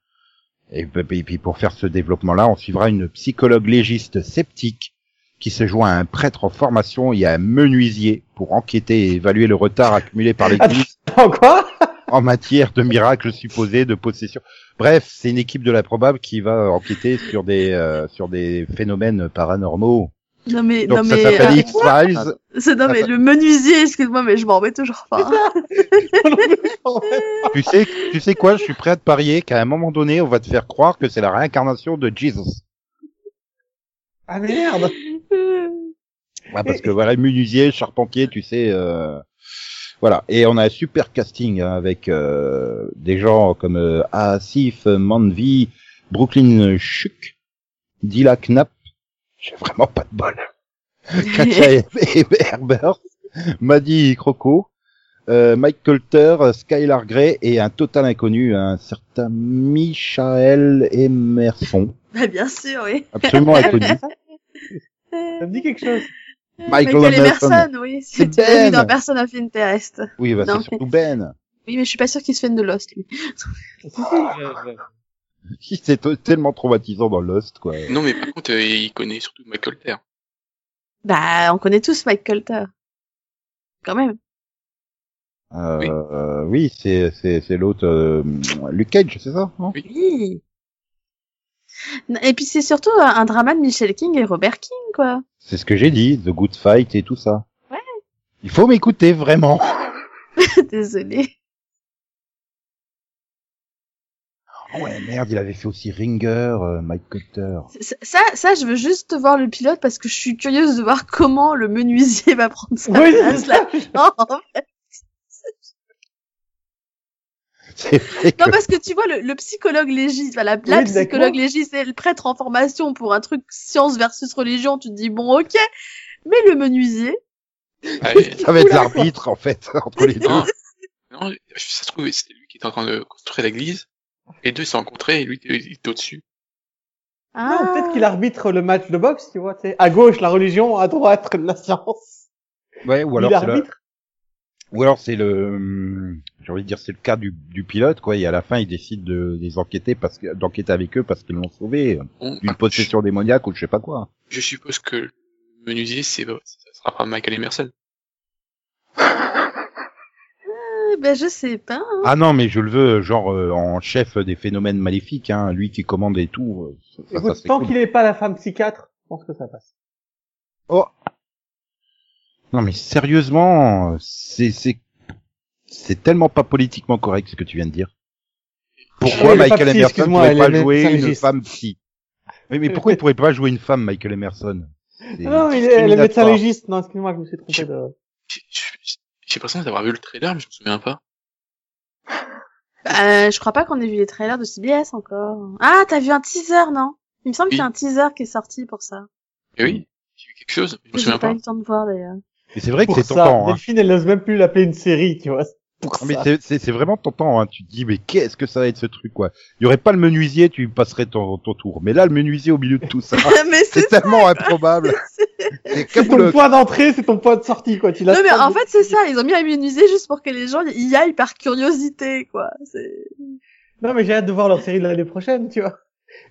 Et, p- p- puis pour faire ce développement-là, on suivra une psychologue légiste sceptique qui se joint à un prêtre en formation et à un menuisier pour enquêter et évaluer le retard accumulé par l'Église En quoi en matière de miracles supposés, de possession. Bref, c'est une équipe de la probable qui va enquêter sur des euh, sur des phénomènes paranormaux. Non mais, Donc non ça mais, s'appelle euh, X-Files. c'est- non mais ça- le menuisier, excuse-moi, mais je m'en remets toujours pas. hein. tu sais tu sais quoi Je suis prêt à te parier qu'à un moment donné, on va te faire croire que c'est la réincarnation de Jesus. Ah merde Euh, Ouais, parce que voilà, menuisier, charpentier, tu sais, euh, voilà. Et on a un super casting hein, avec euh, des gens comme euh, Asif Manvi, Brooklyn Chuck, Dila Knapp. J'ai vraiment pas de bol. Katia et- et Herbert, Maddy Croco, euh, Mike Colter, Skylar Gray et un total inconnu, un certain Michael Emerson, Bah, bien sûr, oui. absolument inconnu. Ça me dit quelque chose. Michael Emerson. Emerson, oui. C'est C'est Ben. Ben. dans Personne à Pinterest. Oui, bah, Non, c'est mais- surtout Ben. Oui, mais je suis pas sûre qu'il se fasse de Lost, lui. Si, si, je- C'est t- tellement traumatisant dans Lost, quoi. Non, mais par contre, euh, il connaît surtout Michael Terre. Bah, on connaît tous Mike Colter. Quand même. Euh, Oui. euh, oui, c'est c'est c'est l'autre euh, Luke Cage, c'est ça non Oui. Et puis c'est surtout un un drama de Michel King et Robert King, quoi. C'est ce que j'ai dit, The Good Fight et tout ça. Ouais. Il faut m'écouter vraiment. Désolée. Oh ouais, merde, il avait fait aussi Ringer, euh, Mike Cutter. Ça, ça, ça, je veux juste voir le pilote parce que je suis curieuse de voir comment le menuisier va prendre sa Oui, c'est place là. ça. Non, en fait. C'est vrai que Non, parce que tu vois, le, le psychologue légiste, voilà, la, Oui, d'accord. psychologue légiste et le prêtre en formation pour un truc science versus religion, tu te dis bon, ok. Mais le menuisier, Ah, et- ça va être l'arbitre en fait entre les deux. non, non, ça se trouve, c'est lui qui était en train de construire l'église. Et les deux se sont rencontrés et lui, il était au-dessus. Non, ah, peut-être qu'il arbitre le match de boxe, tu vois, tu sais. À gauche, la religion, à droite, la science. Ouais, ou alors il c'est le, arbitre. ou alors c'est le, hum, j'ai envie de dire c'est le cas du, du pilote quoi. Et à la fin, il décide de les enquêter parce que d'enquêter avec eux parce qu'ils l'ont sauvé euh, Bon, d'une par contre, possession démoniaque ou je sais pas quoi. je, je suppose que le menuisier, c'est, ça sera pas Michael Emerson. ben je sais pas. hein. Ah non, mais je le veux genre euh, en chef des phénomènes maléfiques, hein, lui qui commande et tout. euh, ça- ça, Écoute, c'est tant cool. qu'il n'est pas la femme psychiatre, je pense que ça passe. Non mais sérieusement, c'est c'est c'est tellement pas politiquement correct ce que tu viens de dire. Pourquoi Oui, mais pas Michael psy, Emerson ne excuse-moi, pourrait pas elle est jouer une syndicaliste. femme psy Mais, mais pourquoi il pourrait pas jouer une femme Michael Emerson C'est Non, mais il est- le médecin discriminatoire. légiste. Non, excuse-moi, je me suis trompé de... J'ai- J'ai j'ai l'impression d'avoir vu le trailer, mais je me souviens pas. Euh, je crois pas qu'on ait vu les trailers de CBS encore. Ah, t'as vu un teaser, non Il me semble Oui. qu'il y a un teaser qui est sorti pour ça. Mais Eh oui, j'ai vu quelque chose, mais je me J'ai souviens pas eu pas. le temps de voir d'ailleurs. Et c'est vrai que Pour c'est ça, tentant. Hein. Delphine, elle n'ose même plus l'appeler une série, tu vois. Pour Non, mais ça. c'est- c'est c'est vraiment tentant. Hein. Tu te dis mais qu'est-ce que ça va être ce truc quoi Il y aurait pas le menuisier, tu passerais ton, ton tour. Mais là le menuisier au milieu de tout ça, mais c'est c'est tellement improbable. C'est C'est ton cabouleux. point d'entrée, c'est ton point de sortie, quoi. Tu l'as Non mais en pas- fait c'est ça, ils ont mis un menuisier juste pour que les gens y aillent par curiosité quoi. C'est- Non, mais j'ai hâte de voir leur série de l'année prochaine, tu vois.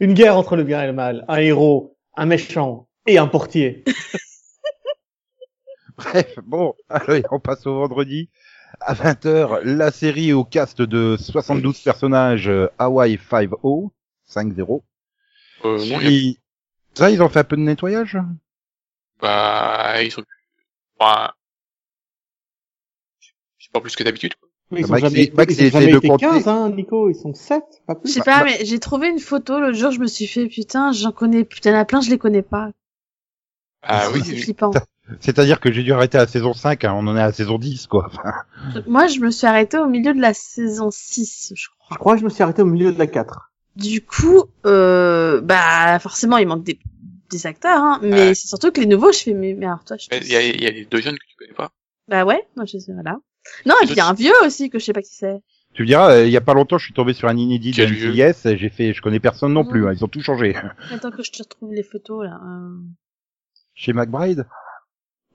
Une guerre entre le bien et le mal. Un héros, un méchant et un portier. Bref, bon, allez, on passe au vendredi. À 20h, la série au cast de 72 personnages euh, Hawaii oh, 5-0, 5-0. Euh, non, il y a- Qui- Ça, ils ont fait un peu de nettoyage bah, ils sont bah, c'est pas plus que d'habitude, quoi. Mais ils Max, ont jamais, il- Max, ils ont il jamais essaie de été compter. 15, hein, Nico. Ils sont 7, pas Je plus. sais pas mais j'ai trouvé une photo l'autre jour, je me suis fait putain, j'en connais putain la plein, je les connais pas. Ah oui, c'est oui. flippant. C'est-à-dire que j'ai dû arrêter à la saison 5, hein, on en est à la saison 10, quoi. Moi je me suis arrêtée au milieu de la saison 6, je Je crois. crois que je me suis arrêté au milieu de la 4. Du coup euh, bah forcément il manque des des acteurs hein, mais Ouais. c'est surtout que les nouveaux je fais mais, mais alors toi je il y a, il y a les deux jeunes que tu connais pas. Bah ouais, non, je sais, voilà. Non, et Et puis il y a d'autres- un vieux aussi que je sais pas qui c'est. tu me diras, euh, il y a pas longtemps, je suis tombé sur un inédit de Quel vieux. NCIS, et j'ai fait, je connais personne non plus, Mm. hein, ils ont tout changé. Attends que je te retrouve les photos là. euh. Chez McBride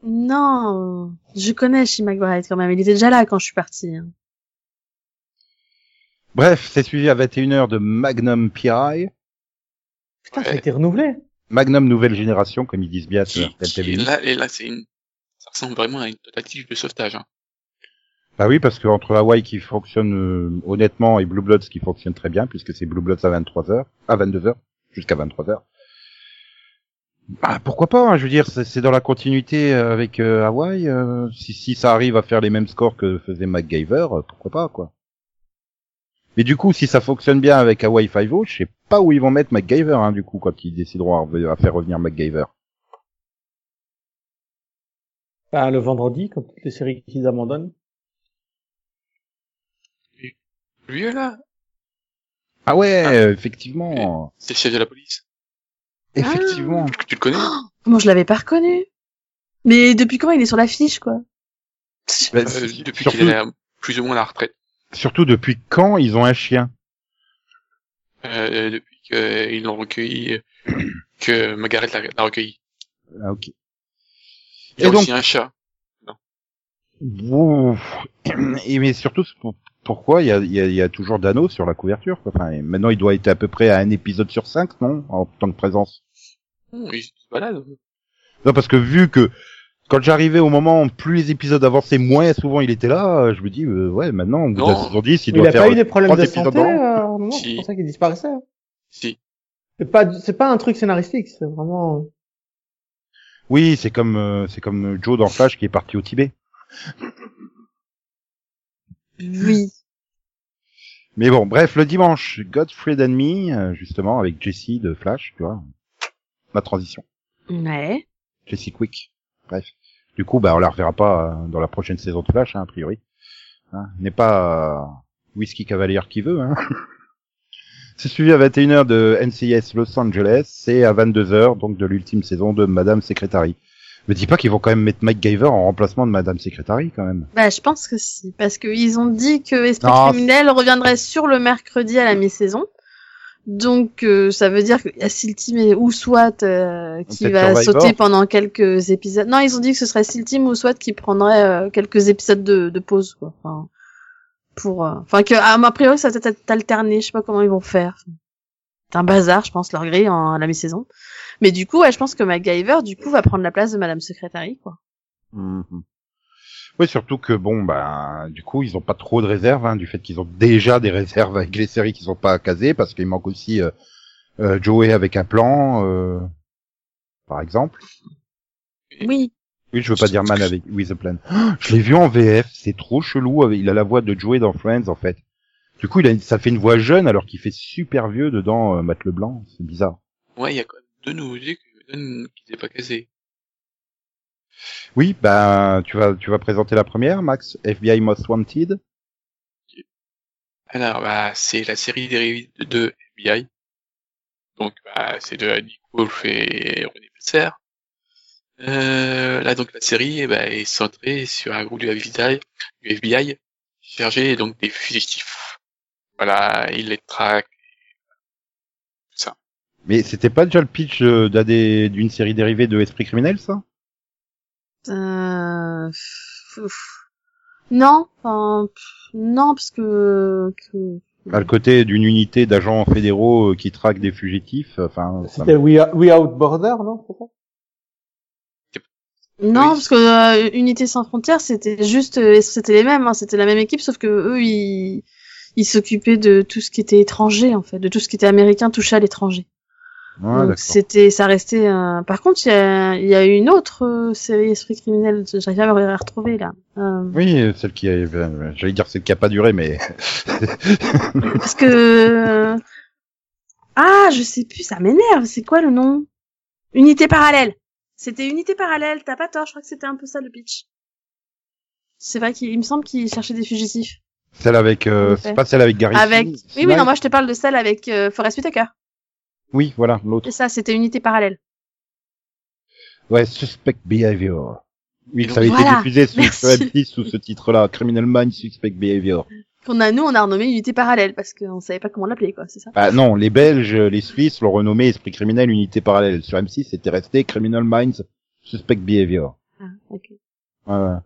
Non, je connais Shea McBride quand même. Il était déjà là quand je suis partie. hein. Bref, c'est suivi à 21h de Magnum PI, Putain, ça a Ouais. été renouvelé. Magnum Nouvelle Génération, comme ils disent bien sur Qui, RTL qui- TV. là, et là, c'est une, ça ressemble vraiment à une tentative de sauvetage, hein. Bah oui, parce qu'entre Hawaii qui fonctionne euh, honnêtement et Blue Bloods qui fonctionne très bien, puisque c'est Blue Bloods à 23h, à 22h, jusqu'à 23h. Bah pourquoi pas, hein, je veux dire, c'est c'est dans la continuité euh, avec euh, Hawaii. euh, si, si ça arrive à faire les mêmes scores que faisait MacGyver, euh, pourquoi pas, quoi. Mais du coup, si ça fonctionne bien avec Hawaii 5.0, je sais pas où ils vont mettre MacGyver, hein, du coup, quand ils décideront à, rev- à faire revenir MacGyver. Enfin, le vendredi, comme toutes les séries qu'ils abandonnent. Lui, là, Ah ouais, Ah. euh, effectivement. c'est le chef de la police. Ah. Effectivement. Tu le connais Ah, Comment je l'avais pas reconnu Mais depuis quand il est sur l'affiche, quoi Bah, Euh, c'est- Depuis surtout, qu'il est à- plus ou moins à la retraite. surtout depuis quand ils ont un chien Euh, depuis qu'ils l'ont recueilli, euh, que Margaret l'a l'a recueilli. Ah, ok. Il y a Et donc- aussi un chat. Vous- Et mais surtout, c'est pour- pourquoi il y a, il y a- il y a toujours Dano sur la couverture quoi. Enfin, et maintenant, il doit être à peu près à un épisode sur cinq, non En tant que présence. Hum, Il se balade. Non, parce que vu que quand j'arrivais au moment, où plus les épisodes avançaient, moins souvent il était là. euh, Je me dis, euh, ouais, maintenant, au bout de la Non. saison 10, il Il, doit a faire. pas eu des problèmes trois de épisodes santé, dans euh, l'an. à un moment, c'est Si. pour ça qu'il disparaissait. hein. Si. C'est pas, du- c'est pas un truc scénaristique, c'est vraiment... Oui, c'est comme euh, c'est comme Joe dans Flash qui est parti au Tibet. Mmh. Oui. Mais bon, bref, le dimanche, Godfrey and Me, euh, justement, avec Jesse de Flash, tu vois, la transition, Ouais. Jesse Quick, bref. Du coup, bah, on la reverra pas euh, dans la prochaine saison de Flash, hein, a priori. Hein, N'est pas euh, Whiskey Cavalier qui veut. Hein. C'est suivi à 21h de NCIS Los Angeles et à 22h donc de l'ultime saison de Madame Secretary. Me dis pas qu'ils vont quand même mettre MacGyver en remplacement de Madame Secretary quand même. Bah, je pense que si. Parce qu'ils ont dit que Esprit Non, Criminel reviendrait sur le mercredi à la mi-saison. Donc, euh, ça veut dire que Siltim et ou SWAT euh, qui Peut-être va Survivor. sauter pendant quelques épisodes. Non, ils ont dit que ce serait Siltim ou SWAT qui prendrait euh, quelques épisodes de, de pause, quoi. Enfin, pour, euh, enfin que, à ma priori, ça va peut-être être alterné. Je sais pas comment ils vont faire. C'est un bazar, je pense, leur grille en à la mi-saison. Mais du coup, ouais, je pense que MacGyver, du coup, va prendre la place de Madame Secretary, quoi. Mhm. Oui, surtout que bon, ben, du coup, ils ont pas trop de réserves, hein, du fait qu'ils ont déjà des réserves avec les séries qui sont pas casées, parce qu'il manque aussi euh, euh, Joey avec un plan, euh, par exemple. Oui. Oui, je veux pas dire Man avec With a Plan. Oh, je l'ai vu en VF, c'est trop chelou. avec- Il a la voix de Joey dans Friends, en fait. Du coup, il a une- ça fait une voix jeune alors qu'il fait super vieux dedans euh, Matt Leblanc, c'est bizarre. Ouais, il y a quand même deux nouveautés que je donne qui n'est pas casé. Oui, ben, tu vas, tu vas présenter la première, Max, FBI Most Wanted. Alors, bah, c'est la série dérivée de FBI. Donc, bah, c'est de Andy Wolf et René Besser. Euh, là, donc, la série, eh ben, est centrée sur un groupe du FBI, du FBI chargé donc des fugitifs. Voilà, il les traque. Mais c'était pas déjà le pitch euh, d'un des- d'une série dérivée de Esprit criminel, ça Euh, pff, pff. Non, enfin, pff, non, parce que, que- à le côté d'une unité d'agents fédéraux euh, qui traquent des fugitifs. euh, Enfin, ça- C'était We, Are- We Are Out Border, non c'est ça non, Oui. parce que euh, Unité sans frontières, c'était juste, euh, c'était les mêmes, hein, c'était la même équipe, sauf que eux, ils, ils s'occupaient de tout ce qui était étranger, en fait, de tout ce qui était américain touché à l'étranger. ouais, Donc Ah, d'accord. c'était, ça restait. un- Par contre, il y a, il y a une autre euh, série Esprit criminel, j'arrive pas à me la retrouver là. Euh, Oui, euh, celle qui, est- euh, j'allais dire celle qui a pas duré, mais Parce que. euh, Ah, je sais plus, ça m'énerve. C'est quoi le nom Unité parallèle. C'était unité parallèle, t'as pas tort, je crois que c'était un peu ça le pitch. C'est vrai qu'il il me semble qu'il cherchait des fugitifs. celle avec, euh, En effet. c'est pas celle avec Gary. Avec. Sinise- Oui, oui, non, Sinise moi je te parle de celle avec euh, Forest Whitaker. Oui, voilà, l'autre. Et ça, c'était unité parallèle. Ouais, Suspect Behavior. Oui, Et ça avait donc, voilà. été diffusé sous, Merci. sur M6 sous ce titre-là, Criminal Minds Suspect Behavior. Qu'on a, nous, on a renommé unité parallèle parce qu'on savait pas comment l'appeler, quoi, c'est ça Bah non, les Belges, les Suisses l'ont renommé Esprit criminel, unité parallèle. Sur M6, c'était resté Criminal Minds Suspect Behavior. ah, ok. Ouais, ouais.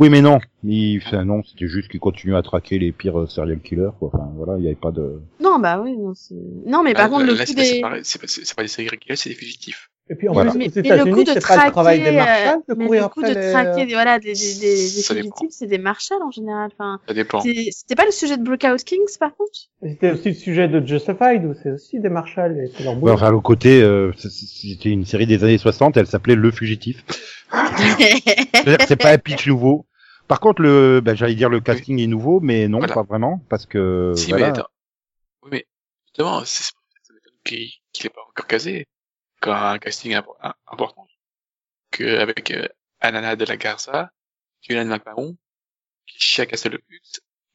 Oui, mais non. Il, enfin, non, c'était juste qu'il continue à traquer les pires euh, serial killers. Quoi. Enfin, voilà, il n'y avait pas de. Non, bah oui, non, c'est. Non, mais par Ah, contre, là, le coup c'est pas- c'est des. pas- c'est pas, c'est- c'est pas des séries régulières, c'est des fugitifs. Et puis en Voilà. plus, Mais, aux mais le coup États-Unis, de c'est pas le travail traquer, des marshals de euh, mais courir le coup après de les- euh, traquer, des- voilà, des, des, des, des Ça dépend. fugitifs, c'est des marshals en général. Enfin, Ça dépend. c'est- c'était pas le sujet de Blackout Kings par contre C'était aussi le sujet de Justified, où c'est aussi des marshals et c'est leur Ouais, boulot. enfin, le côté, euh, c- c- c'était une série des années 60. Elle s'appelait Le Fugitif. C'est-à-dire que c'est pas un pitch nouveau. Par contre, le, bah, j'allais dire le casting est nouveau, mais non, Voilà. pas vraiment, parce que si, Euh, voilà. mais attends. Oui, mais justement, c'est ça m'étonne qu'il qu'il est pas encore casé. Quand un casting impo- un- important, que avec euh, Alana de la Garza, Julian Maparon, Kisha Castelhutz,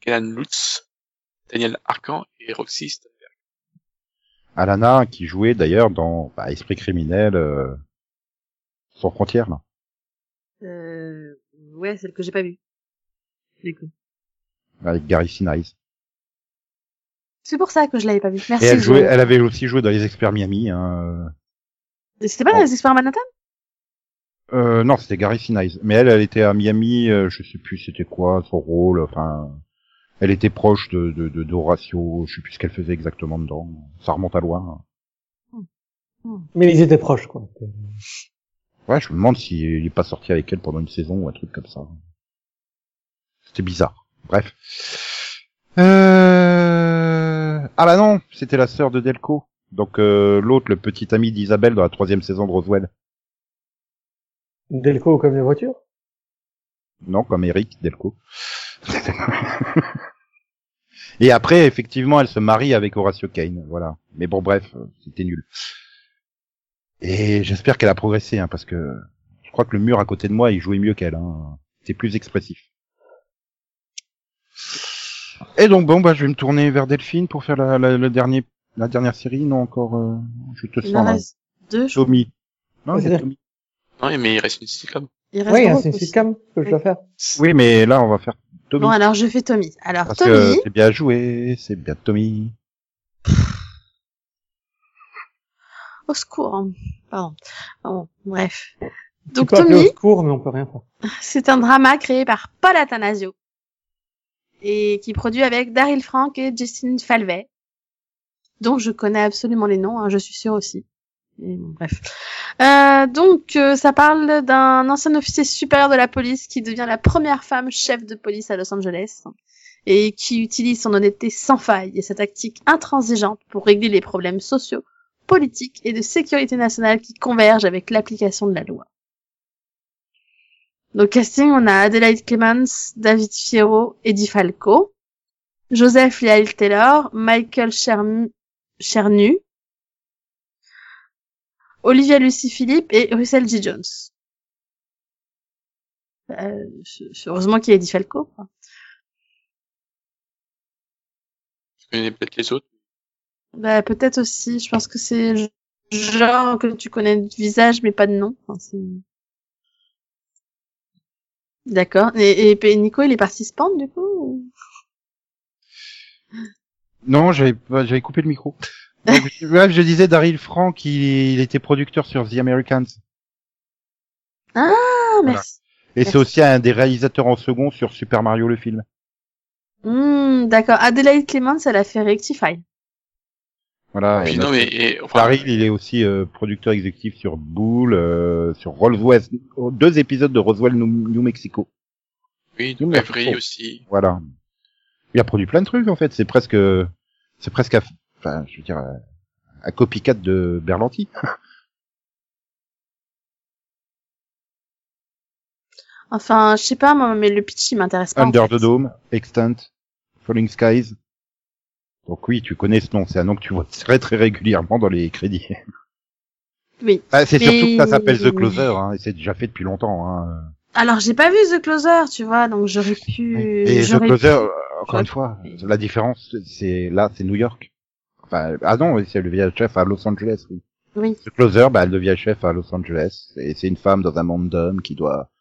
Kenan Lutz, Daniel Arcan et Roxy Stenberg. Alana qui jouait d'ailleurs dans bah, Esprit criminel euh, sans frontières là. Euh, ouais, celle que j'ai pas vue. Du coup. avec Gary Sinise. C'est pour ça que je l'avais pas vue. Et Merci. Ah, elle jouait, Joël. elle avait aussi joué dans Les Experts Miami. Hein. C'était pas dans les experts Manhattan Euh, non, c'était Gary Sinise. Mais elle, elle était à Miami. euh, je sais plus c'était quoi son rôle. Enfin, elle était proche de de de- d'Horatio. je sais plus ce qu'elle faisait exactement dedans. Ça remonte à loin. Mais ils étaient proches, quoi. Ouais, je me demande s'il est pas sorti avec elle pendant une saison ou un truc comme ça. C'était bizarre. Bref. Euh... Ah bah non, c'était la sœur de Delco. Donc euh, l'autre, le petit ami d'Isabelle dans la troisième saison de Roswell. Delco comme les voitures. Non, comme Eric Delco. Et après, effectivement, elle se marie avec Horatio Kane. Voilà. Mais bon, bref, euh, c'était nul. Et j'espère qu'elle a progressé, hein, parce que je crois que le mur à côté de moi, il jouait mieux qu'elle. Hein. C'était plus expressif. Et donc, bon, bah, je vais me tourner vers Delphine pour faire la, la, le dernier, la dernière série. Non, encore, euh, je te Il en sens là. reste deux. je- Tommy. Non, il y a C'est-à-dire- Tommy. Non, mais il reste une sitcom. Il reste Oui, hein, Rose c'est une aussi. sitcom que je dois faire. Oui, mais là, on va faire Tommy. Bon, alors je fais Tommy. Alors Parce que Tommy, c'est bien joué, c'est bien Tommy. au secours. Pardon. Ah bon, bref. Tu Donc peux appeler au Tommy, secours, mais on peut rien faire. c'est un drama créé par Paul Athanasio et qui produit avec Daryl Frank et Justine Falvey, dont je connais absolument les noms, hein, je suis sûre aussi. Et bon, bref. Euh, donc, euh, ça parle d'un ancien officier supérieur de la police qui devient la première femme chef de police à Los Angeles et qui utilise son honnêteté sans faille et sa tactique intransigeante pour régler les problèmes sociaux, politiques et de sécurité nationale qui convergent avec l'application de la loi. Donc casting, on a Adelaide Clements, David Fierro, Eddie Falco, Joseph Lial Taylor, Michael Cherm- Chernu, Olivia Lucy Philippe et Russell G. Jones. Euh, heureusement qu'il y a Eddie Falco. quoi. Je connais peut-être les autres. Bah, peut-être aussi. Je pense que c'est le genre que tu connais de visage, mais pas de nom. Enfin, c'est- D'accord. Et, et, et Nico, il est participant, du coup ou- Non, j'avais pas- j'avais coupé le micro. Donc, je, ouais, je disais Daryl Frank, il, il était producteur sur The Americans. Ah, Voilà. merci. Et c'est aussi un des réalisateurs en second sur Super Mario le film. Hmm, D'accord. Adelaide Clements, elle a fait Rectify. Voilà. et Ah, Puis non, notre- mais, et, enfin, Daryl, il est aussi euh, producteur exécutif sur Bull, euh, sur Roswell, deux épisodes de Roswell New, New Mexico. Oui, oui, oui, mais Avery bon. aussi. Voilà. Il a produit plein de trucs en fait. C'est presque, c'est presque, à- enfin, je veux dire, à, à copycat de Berlanti. Enfin, je sais pas, moi, mais le pitch, il m'intéresse pas. en Under fait. the Dome, Extant, Falling Skies. Donc oui, tu connais ce nom, c'est un nom que tu vois très très régulièrement dans les crédits. Oui. Ah, c'est surtout que ça Mais- s'appelle The Closer, hein, et c'est déjà fait depuis longtemps. Hein. Alors, j'ai pas vu The Closer, tu vois, donc j'aurais pu... et The Euh, j'aurais Closer, pu- euh, encore une fois, la différence, c'est là, c'est New York. Enfin, ah non, oui, c'est le VHF à Los Angeles, oui. Oui. The Closer, bah, elle devient chef à Los Angeles, et c'est une femme dans un monde d'hommes qui doit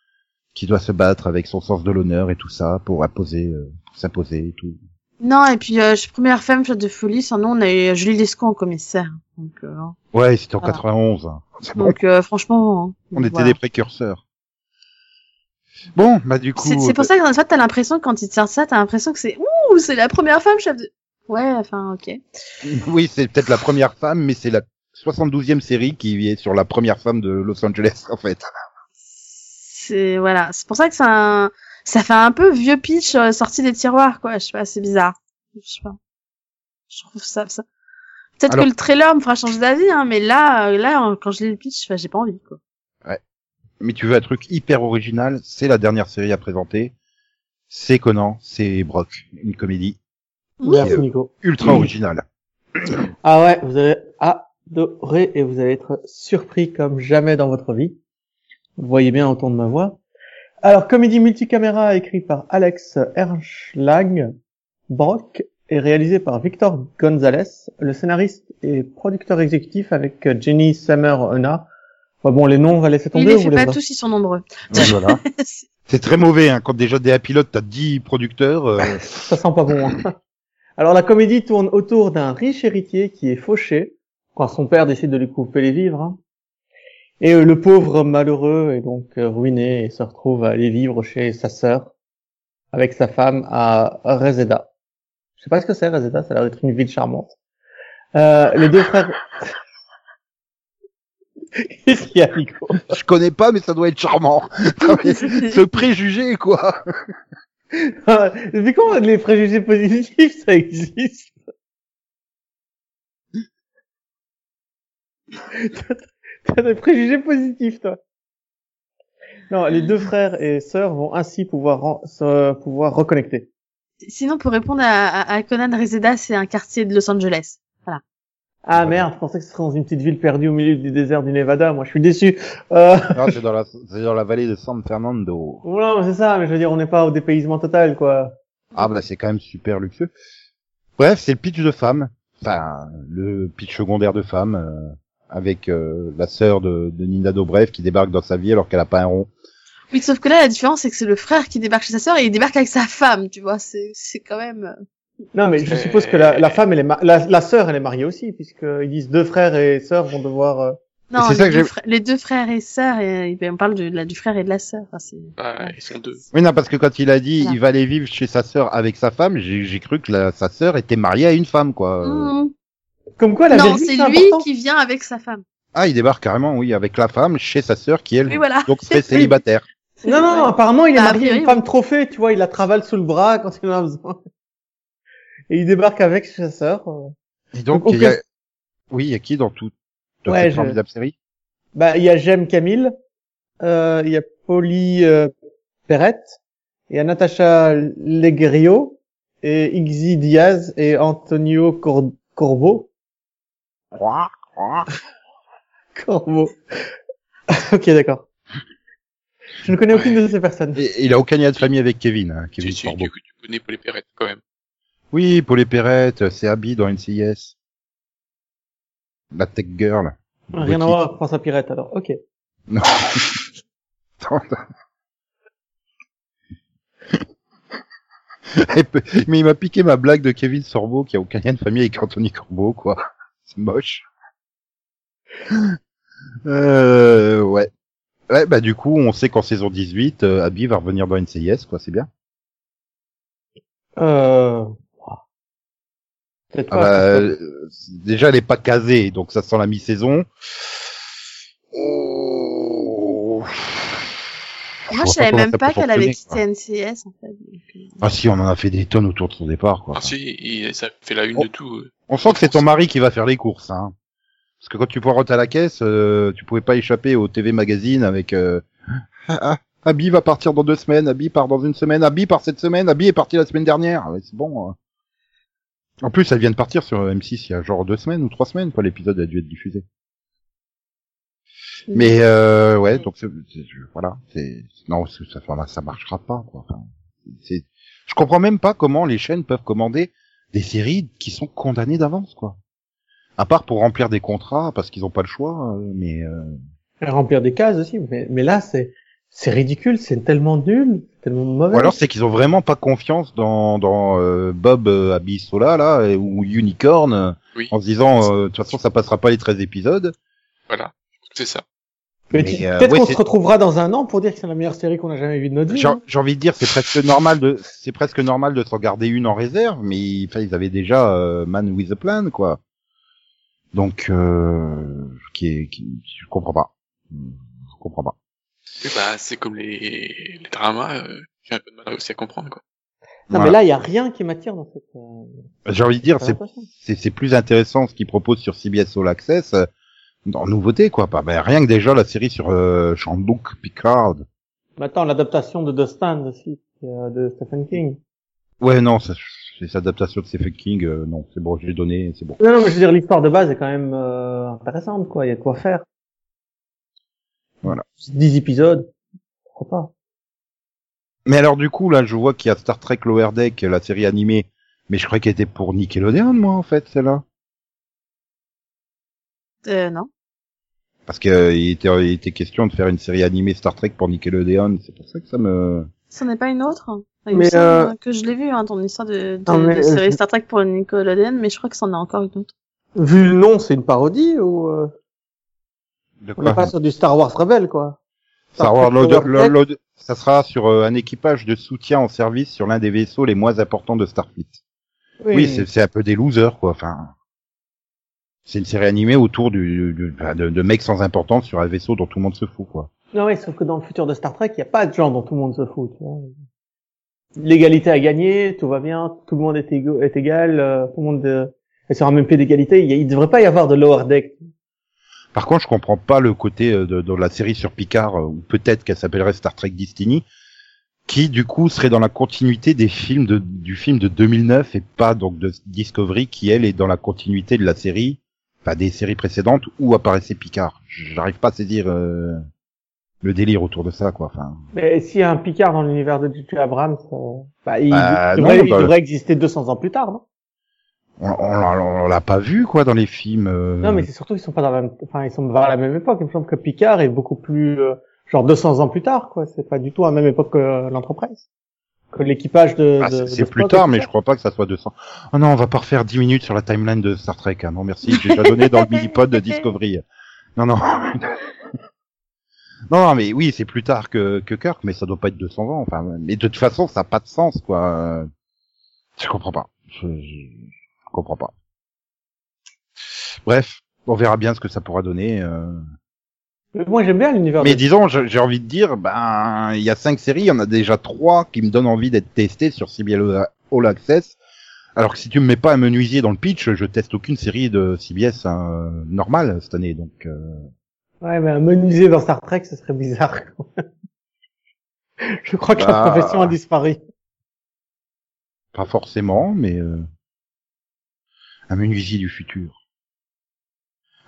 qui doit se battre avec son sens de l'honneur et tout ça pour imposer, euh, pour s'imposer et tout. Non, et puis, euh, je suis première femme chef de folie, sans nom, on a eu Julie Lescaut en commissaire. Donc, euh, Ouais, c'était en Voilà. 91. hein. C'est bon. donc euh, franchement... hein. On était Voilà. des précurseurs. Bon, bah du coup. C'est c'est pour ça que dans le fait, t'as l'impression, quand il te sort ça, t'as l'impression que c'est Ouh, c'est la première femme chef de. Ouais, enfin, ok. euh, Oui, c'est peut-être la première femme, mais c'est la 72e série qui est sur la première femme de Los Angeles, en fait. C'est voilà, c'est pour ça que ça, un... ça fait un peu vieux pitch euh, sorti des tiroirs, quoi. Je sais pas, c'est bizarre. Je sais pas. Je trouve ça. ça... Peut-être Alors- que le trailer me fera changer d'avis, hein, mais là, euh, là, euh, quand je lis le pitch, enfin, j'ai pas envie, quoi. Mais tu veux un truc hyper original, c'est la dernière série à présenter. C'est Conan, c'est Brock. Une comédie Merci, Nico. ultra Mmh. originale. Ah ouais, vous allez adorer et vous allez être surpris comme jamais dans votre vie. Vous voyez bien autour de ma voix. Alors, comédie multicaméra écrit par Alex Erschlag Brock et réalisé par Victor Gonzalez, le scénariste et producteur exécutif avec Jenny Summer Ona. Bah bon, les noms, on va laisser Il tomber. les ou vous fait les pas voit tous, ils sont nombreux. Ouais, voilà. C'est- C'est très mauvais, hein. Quand déjà des pilotes, t'as 10 producteurs. euh, Ça sent pas bon. hein. Alors la comédie tourne autour d'un riche héritier qui est fauché quand son père décide de lui couper les vivres. hein. Et euh, le pauvre malheureux est donc euh, ruiné et se retrouve à aller vivre chez sa sœur avec sa femme à Reseda. Je sais pas ce que c'est Reseda, ça a l'air d'être une ville charmante. Euh, les deux frères... Qu'est-ce qu'il y a, Nico je connais pas, mais ça doit être charmant. Non, mais Ce préjugé, quoi. Ah, Mais comment les préjugés positifs, ça existe T'as- T'as des préjugés positifs, toi. Non, les deux frères et sœurs vont ainsi pouvoir ren- se pouvoir reconnecter. Sinon, pour répondre à, à- à Conan, Reseda, c'est un quartier de Los Angeles. Ah merde, je pensais que ce serait dans une petite ville perdue au milieu du désert du Nevada. Moi, je suis déçu. Euh... Non, c'est dans la, c'est dans la vallée de San Fernando. Non, mais c'est ça. Mais je veux dire, on n'est pas au dépaysement total, quoi. Ah, bah, c'est quand même super luxueux. Bref, c'est le pitch de femme. Enfin, le pitch secondaire de femme, euh, avec euh, la sœur de, de Nina Dobrev qui débarque dans sa vie alors qu'elle a pas un rond. Oui, sauf que là, la différence, c'est que c'est le frère qui débarque chez sa sœur et il débarque avec sa femme, tu vois. C'est c'est quand même... euh, Non, mais je suppose que la, la femme, elle est ma- la, la sœur, elle est mariée aussi, puisqu'ils disent deux frères et sœurs vont devoir. euh, Non, c'est les, ça que deux j'ai- frères, les deux frères et sœurs, et, et ben, on parle de, la- du frère et de la sœur. Enfin, c'est- Ah, ils sont deux. Oui, non, parce que quand il a dit Voilà. il va aller vivre chez sa sœur avec sa femme, j'ai j'ai cru que la- sa sœur était mariée à une femme, quoi. Euh, Mmh. Comme quoi, la Non, virgule, c'est lui important. qui vient avec sa femme. Ah, il débarque carrément, oui, avec la femme chez sa sœur qui, elle, Oui, voilà. donc serait célibataire. Non, non, non, apparemment, il est Bah, a marié à une priori, femme trophée, tu vois, il la travaille sous le bras quand il en a besoin. Et il débarque avec chez sa sœur. Et donc, Donc, il y a... ok. oui, il y a qui dans toute dans Ouais, cette je- formidable série Bah, il y a Jem Camille, euh, il y a Polly euh, Perrette, il y a Natacha Legrio, et Ixi Diaz et Antonio Cor- Corbeau. Croix, croix. Corbeau. ok, d'accord. Je ne connais aucune Ouais. de ces personnes. Et il a aucun lien de famille avec Kevin, hein, Tu, Kevin tu, Sorbo. tu- tu connais Paul et Perrette, quand même. Oui, Paul et Perrette, c'est Abby dans NCIS. La tech girl. Rien à voir, avec France à Pirate, alors, ok. Non. Attends, attends. Elle peut- Mais il m'a piqué ma blague de Kevin Sorbo qui a aucun lien de famille avec Anthony Corbeau, quoi. C'est moche. Euh, ouais. Ouais, bah du coup, on sait qu'en saison 18, euh, Abby va revenir dans NCIS, quoi, c'est bien. Euh... Peut-être Ah pas, bah, peut-être pas. euh, déjà, elle est pas casée, donc ça sent la mi-saison. Oh. Moi, je vois savais comment même ça pas peut qu'elle avait fonctionner, quitté NCS, en fait. quoi. Ah si, on en a fait des tonnes autour de son départ, quoi. Ah, si, il- ça fait la une Oh. de tout. euh. On sent que c'est ton mari qui va faire les courses, hein. Parce que quand tu poireautes à la caisse, euh, tu pouvais pas échapper au TV Magazine avec euh, ah, ah, Abby va partir dans deux semaines, Abby part dans une semaine, Abby part cette semaine, Abby est partie la semaine dernière. Ah ouais, c'est bon. hein. En plus, elle vient de partir sur M6 il y a genre deux semaines ou trois semaines, quoi. L'épisode a dû être diffusé. Mais euh, ouais, donc c'est, c'est- je- voilà, c'est non, c'est- ça, enfin, ça marchera pas. Quoi. Enfin, c'est, je comprends même pas comment les chaînes peuvent commander des séries qui sont condamnées d'avance, quoi. À part pour remplir des contrats parce qu'ils ont pas le choix, euh, mais euh, Et remplir des cases aussi, mais, mais là, c'est, c'est ridicule, c'est tellement nul, tellement mauvais. ou alors c'est qu'ils ont vraiment pas confiance dans dans euh, Bob euh, Abissola là et- ou Unicorn euh, Oui. en se disant euh, de toute façon ça passera pas les 13 épisodes. Voilà. C'est ça. Mais mais, tu- euh, peut-être ouais, qu'on c'est- se retrouvera dans un an pour dire que c'est la meilleure série qu'on a jamais vue de notre vie. J'ai hein. j'ai envie de dire, c'est presque normal de, c'est presque normal de s'en garder une en réserve, mais il- enfin, ils avaient déjà euh, Man with a Plan, quoi. Donc, euh, qui est, qui- je comprends pas, je comprends pas. Oui, bah, c'est comme les, les dramas, euh, j'ai un peu de mal aussi à comprendre, quoi. Non, mais Voilà. là, il y a rien qui m'attire dans cette, euh, J'ai envie de dire, c'est, présentation. c'est, c'est plus intéressant ce qu'ils proposent sur CBS All Access, euh, dans nouveauté, quoi. Pas, ben, rien que déjà la série sur euh, Jean-Luc Picard. Mais attends, l'adaptation de The Stand aussi, euh, de Stephen King. Ouais, non, ça- c'est cette adaptation de Stephen King. euh, non, c'est bon, j'ai donné, c'est bon. Non, non, mais je veux dire, l'histoire de base est quand même, euh, intéressante, quoi, il y a de quoi faire. Voilà. 10 épisodes, pourquoi pas Mais alors du coup, là, je vois qu'il y a Star Trek Lower Deck, la série animée, mais je croyais qu'elle était pour Nickelodeon, moi, en fait, celle-là. Euh, non. Parce que euh, il, était, il était question de faire une série animée Star Trek pour Nickelodeon, c'est pour ça que ça me... Ce n'est pas une autre. Il me Mais, semble euh, que je l'ai vu, hein, ton histoire de, de, Non, mais, de euh, série je- Star Trek pour Nickelodeon, mais je crois que c'en a encore une autre. Vu le nom, c'est une parodie ou euh, De on n'est pas sur du Star Wars Rebelle quoi Ah. Star Wars Star Trek Lower- Lower Deck. Lower Deck, ça sera sur euh, un équipage de soutien en service sur l'un des vaisseaux les moins importants de Starfleet. Oui, c'est- c'est un peu des losers, quoi. Enfin, c'est une série animée autour du, du- enfin, de, de mecs sans importance sur un vaisseau dont tout le monde se fout, quoi. Non, oui, sauf que dans le futur de Star Trek, il n'y a pas de genre dont tout le monde se fout. tu vois. L'égalité a gagné, tout va bien, tout le monde est, égo- est égal, euh, tout le monde euh, est sur un même pied d'égalité. Il ne devrait pas y avoir de lower deck. Par contre, je comprends pas le côté euh, de, de la série sur Picard, euh, ou peut-être qu'elle s'appellerait Star Trek Destiny, qui du coup serait dans la continuité des films de, du film de 2009 et pas donc de Discovery, qui elle est dans la continuité de la série, enfin des séries précédentes où apparaissait Picard. J'arrive pas à saisir euh, le délire autour de ça, quoi. Enfin, Mais s'il y a un Picard dans l'univers de J.J. Abrams, euh, bah, il, Bah, il devrait, non, il bah- devrait exister 200 ans plus tard, non on, on, l'a- on l'a pas vu, quoi, dans les films. euh. Non, mais c'est surtout qu'ils sont pas dans la même, enfin, ils sont vers la même époque. Il me semble que Picard est beaucoup plus, euh, genre 200 ans plus tard, quoi. C'est pas du tout à la même époque que euh, l'Entreprise. Que l'équipage de, Ah, de- c'est de c'est Spock, plus tard, etc. mais je crois pas que ça soit 200. Oh non, on va pas refaire 10 minutes sur la timeline de Star Trek. hein. Non, merci, j'ai déjà donné dans le mini-pod de Discovery. Non, non. non, non, mais oui, c'est plus tard que, que Kirk, mais ça doit pas être 200 ans. Enfin, mais de toute façon, ça n'a pas de sens, quoi. Euh, Je comprends pas. Je, je- je comprends pas. Bref, on verra bien ce que ça pourra donner. euh. Mais Moi, j'aime bien l'univers Mais de disons, je- j'ai envie de dire, ben, il y a cinq séries, il y en a déjà trois qui me donnent envie d'être testées sur CBL All Access. Alors que si tu me mets pas un menuisier dans le pitch, je teste aucune série de CBS hein, normale cette année. Donc, euh, Ouais, mais un menuisier dans Star Trek, ce serait bizarre. quand même. Je crois que Bah. la profession a disparu. pas forcément, mais euh, un menuisier du futur.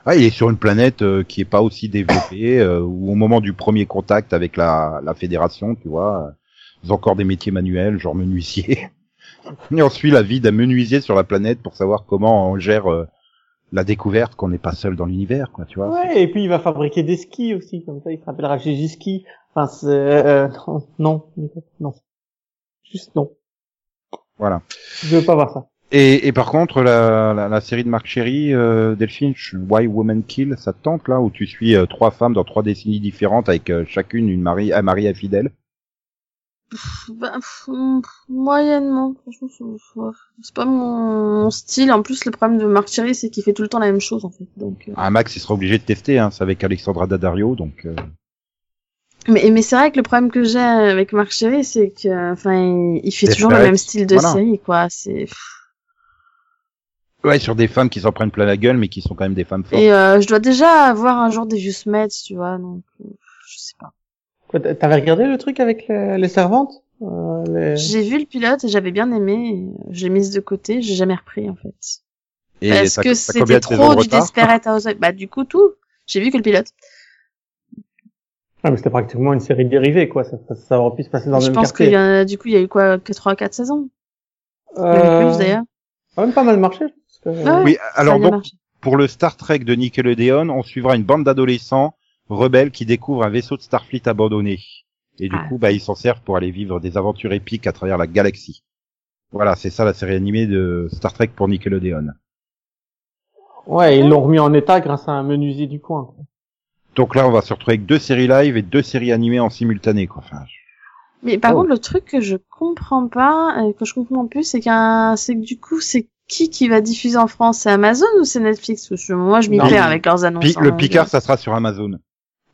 Ah, il est sur une planète euh, qui est pas aussi développée, euh, où au moment du premier contact avec la, la fédération, tu vois, euh, ils ont encore des métiers manuels, genre menuisier. Et on suit la vie d'un menuisier sur la planète pour savoir comment on gère euh, la découverte qu'on n'est pas seul dans l'univers, quoi, tu vois. Ouais, et puis il va fabriquer des skis aussi, comme ça il s'appellera Gigi Ski. Enfin, c'est... euh, non, non, Nico, non. Juste non. Voilà. Je veux pas voir ça. Et, et par contre, la, la, la série de Marc Chéry, euh, Delphine, je- Why Women Kill, ça te tente là, où tu suis euh, trois femmes dans trois décennies différentes avec euh, chacune une mari, un mari infidèle. Pff, bah, pff, mm, pff, moyennement, franchement, c'est- ouais. c'est pas mon, mon style. En plus, le problème de Marc Thierry, c'est qu'il fait tout le temps la même chose, en fait. Donc, euh. Ah Max, il sera obligé de tester, hein, c'est avec Alexandra Daddario, donc. euh, Mais, mais c'est vrai que le problème que j'ai avec Marc Chéry, c'est que, enfin, il, il fait C'est toujours le vrai. même style de Voilà. série, quoi. C'est pff. Ouais, sur des femmes qui s'en prennent plein la gueule, mais qui sont quand même des femmes fortes. et euh, je dois déjà avoir un jour des vieux Smets, tu vois. Donc, euh, je sais pas. Quoi, t'a- T'avais regardé le truc avec les, les servantes Euh, les- J'ai vu le pilote et j'avais bien aimé. et, euh, J'ai mise de côté, j'ai jamais repris, en fait. Et Parce t'as- que t'as combien c'était de saisons trop de du retard Desperate Housewives. Bah, du coup, tout. J'ai vu que le pilote. Ah, mais c'était pratiquement une série dérivée, quoi. Ça, ça, ça aurait pu se passer dans le je même pense quartier. qu'il y en a, du coup, il y a eu quoi, que 3 4 saisons. Même Euh, plus, d'ailleurs. Ah ça a même pas mal marché. parce que- Ouais. Oui, Ça a alors bien donc, marché. Pour le Star Trek de Nickelodeon, on suivra une bande d'adolescents rebelles qui découvrent un vaisseau de Starfleet abandonné. Et du Ah. coup, bah, ils s'en servent pour aller vivre des aventures épiques à travers la galaxie. Voilà, c'est ça la série animée de Star Trek pour Nickelodeon. Ouais, ils l'ont remis en état grâce à un menuisier du coin. quoi. Donc là, on va se retrouver avec deux séries live et deux séries animées en simultané, quoi. Enfin, je- Mais par Oh. contre, le truc que je comprends pas, euh, que je comprends plus, c'est qu'un, c'est que du coup, c'est qui qui va diffuser en France? C'est Amazon ou c'est Netflix? Parce que moi, je m'y Non. perds avec leurs annonces. Pi- hein, le donc, Picard, euh. ça sera sur Amazon.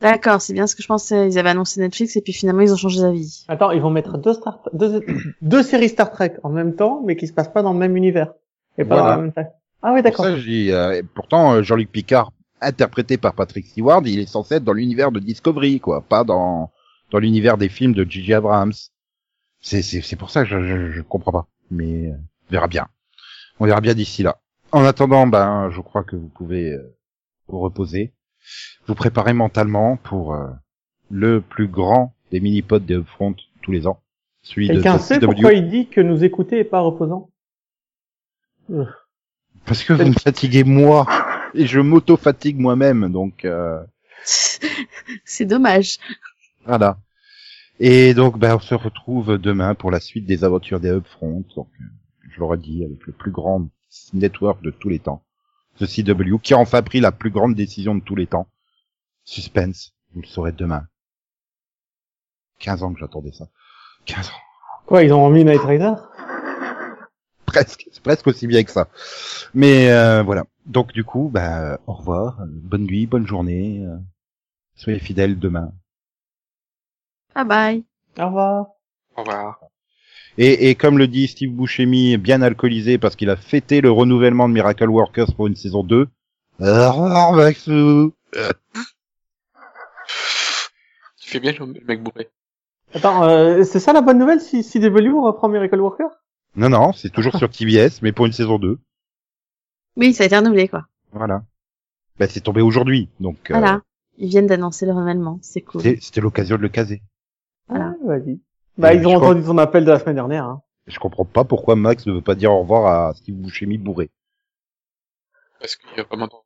D'accord, c'est bien ce que je pensais. Ils avaient annoncé Netflix et puis finalement, ils ont changé d'avis. Attends, ils vont mettre deux, Star... deux... deux séries Star Trek en même temps, mais qui se passent pas dans le même univers. Et pas Voilà. dans la même taille. Ah Pour oui, d'accord. ça, je dis, euh, et pourtant, euh, Jean-Luc Picard, interprété par Patrick Stewart, il est censé être dans l'univers de Discovery, quoi, pas dans dans l'univers des films de J.J. Abrams. C'est c'est c'est pour ça que je, je, je comprends pas, mais euh, on verra bien. On verra bien d'ici là. En attendant, ben, je crois que vous pouvez euh, vous reposer, vous préparer mentalement pour euh, le plus grand des mini-pods de front tous les ans. Celui de Quelqu'un sait WCW. pourquoi il dit que nous écouter est pas reposant Parce que vous me fatiguez moi et je m'auto-fatigue moi-même, donc euh, C'est dommage. voilà. Et donc, ben, on se retrouve demain pour la suite des aventures des Upfront. Donc, euh, je l'aurais dit avec le plus grand network de tous les temps, The CW, qui a enfin pris la plus grande décision de tous les temps. Suspense, vous le saurez demain. 15 ans que j'attendais ça. 15 ans, Quoi, ils ont remis Night Rider presque, c'est presque aussi bien que ça. Mais euh, voilà. Donc du coup, ben, au revoir, euh, bonne nuit, bonne journée. euh, Soyez fidèles demain. Bye Ah, bye. Au revoir. Au revoir. Et, et comme le dit Steve Buscemi, bien alcoolisé parce qu'il a fêté le renouvellement de Miracle Workers pour une saison 2. Au revoir, Maxou. Tu fais bien le mec bourré. Attends, euh, c'est ça la bonne nouvelle si CW reprend Miracle Worker Non, non, c'est toujours sur TBS, mais pour une saison 2. Oui, ça a été renouvelé, quoi. Voilà. Ben, c'est tombé aujourd'hui, donc euh, Voilà. Ils viennent d'annoncer le renouvellement. C'est cool. c'était c'était l'occasion de le caser. Voilà. Ah, vas-y. Bah, Euh, ils ont je entendu ton appel de la semaine dernière. Hein. Je comprends pas pourquoi Max ne veut pas dire au revoir à Steve Buscemi bourré. Parce qu'il y a vraiment trop-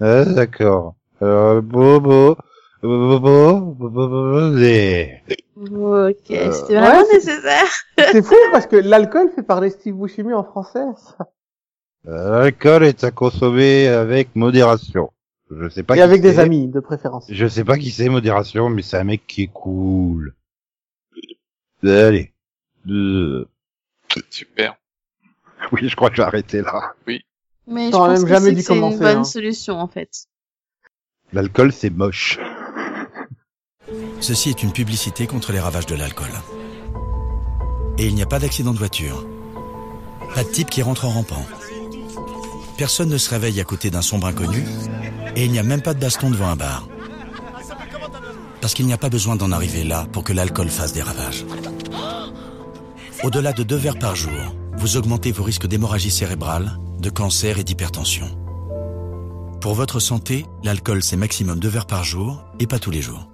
Ah, d'accord. Euh, Bobo, Bobo, Bobo, et- Ok, Euh, c'était vraiment ouais, c'est- nécessaire. C'est fou parce que l'alcool fait parler Steve Buscemi en français. euh, L'alcool est à consommer avec modération. Je sais pas. Et qui avec des c'est. amis, de préférence. Je sais pas qui c'est modération, mais c'est un mec qui est cool. Allez. Euh, Super. Oui, je crois que je vais arrêter là. Mais je T'aurais pense même que jamais c'est- dû que c'est une commencer, bonne hein. solution, en fait. L'alcool, c'est moche. Ceci est une publicité contre les ravages de l'alcool. Et il n'y a pas d'accident de voiture. Pas de type qui rentre en rampant. Personne ne se réveille à côté d'un sombre inconnu. Et il n'y a même pas de baston devant un bar. Parce qu'il n'y a pas besoin d'en arriver là pour que l'alcool fasse des ravages. Au-delà de deux verres par jour, vous augmentez vos risques d'hémorragie cérébrale, de cancer et d'hypertension. Pour votre santé, l'alcool c'est maximum deux verres par jour et pas tous les jours.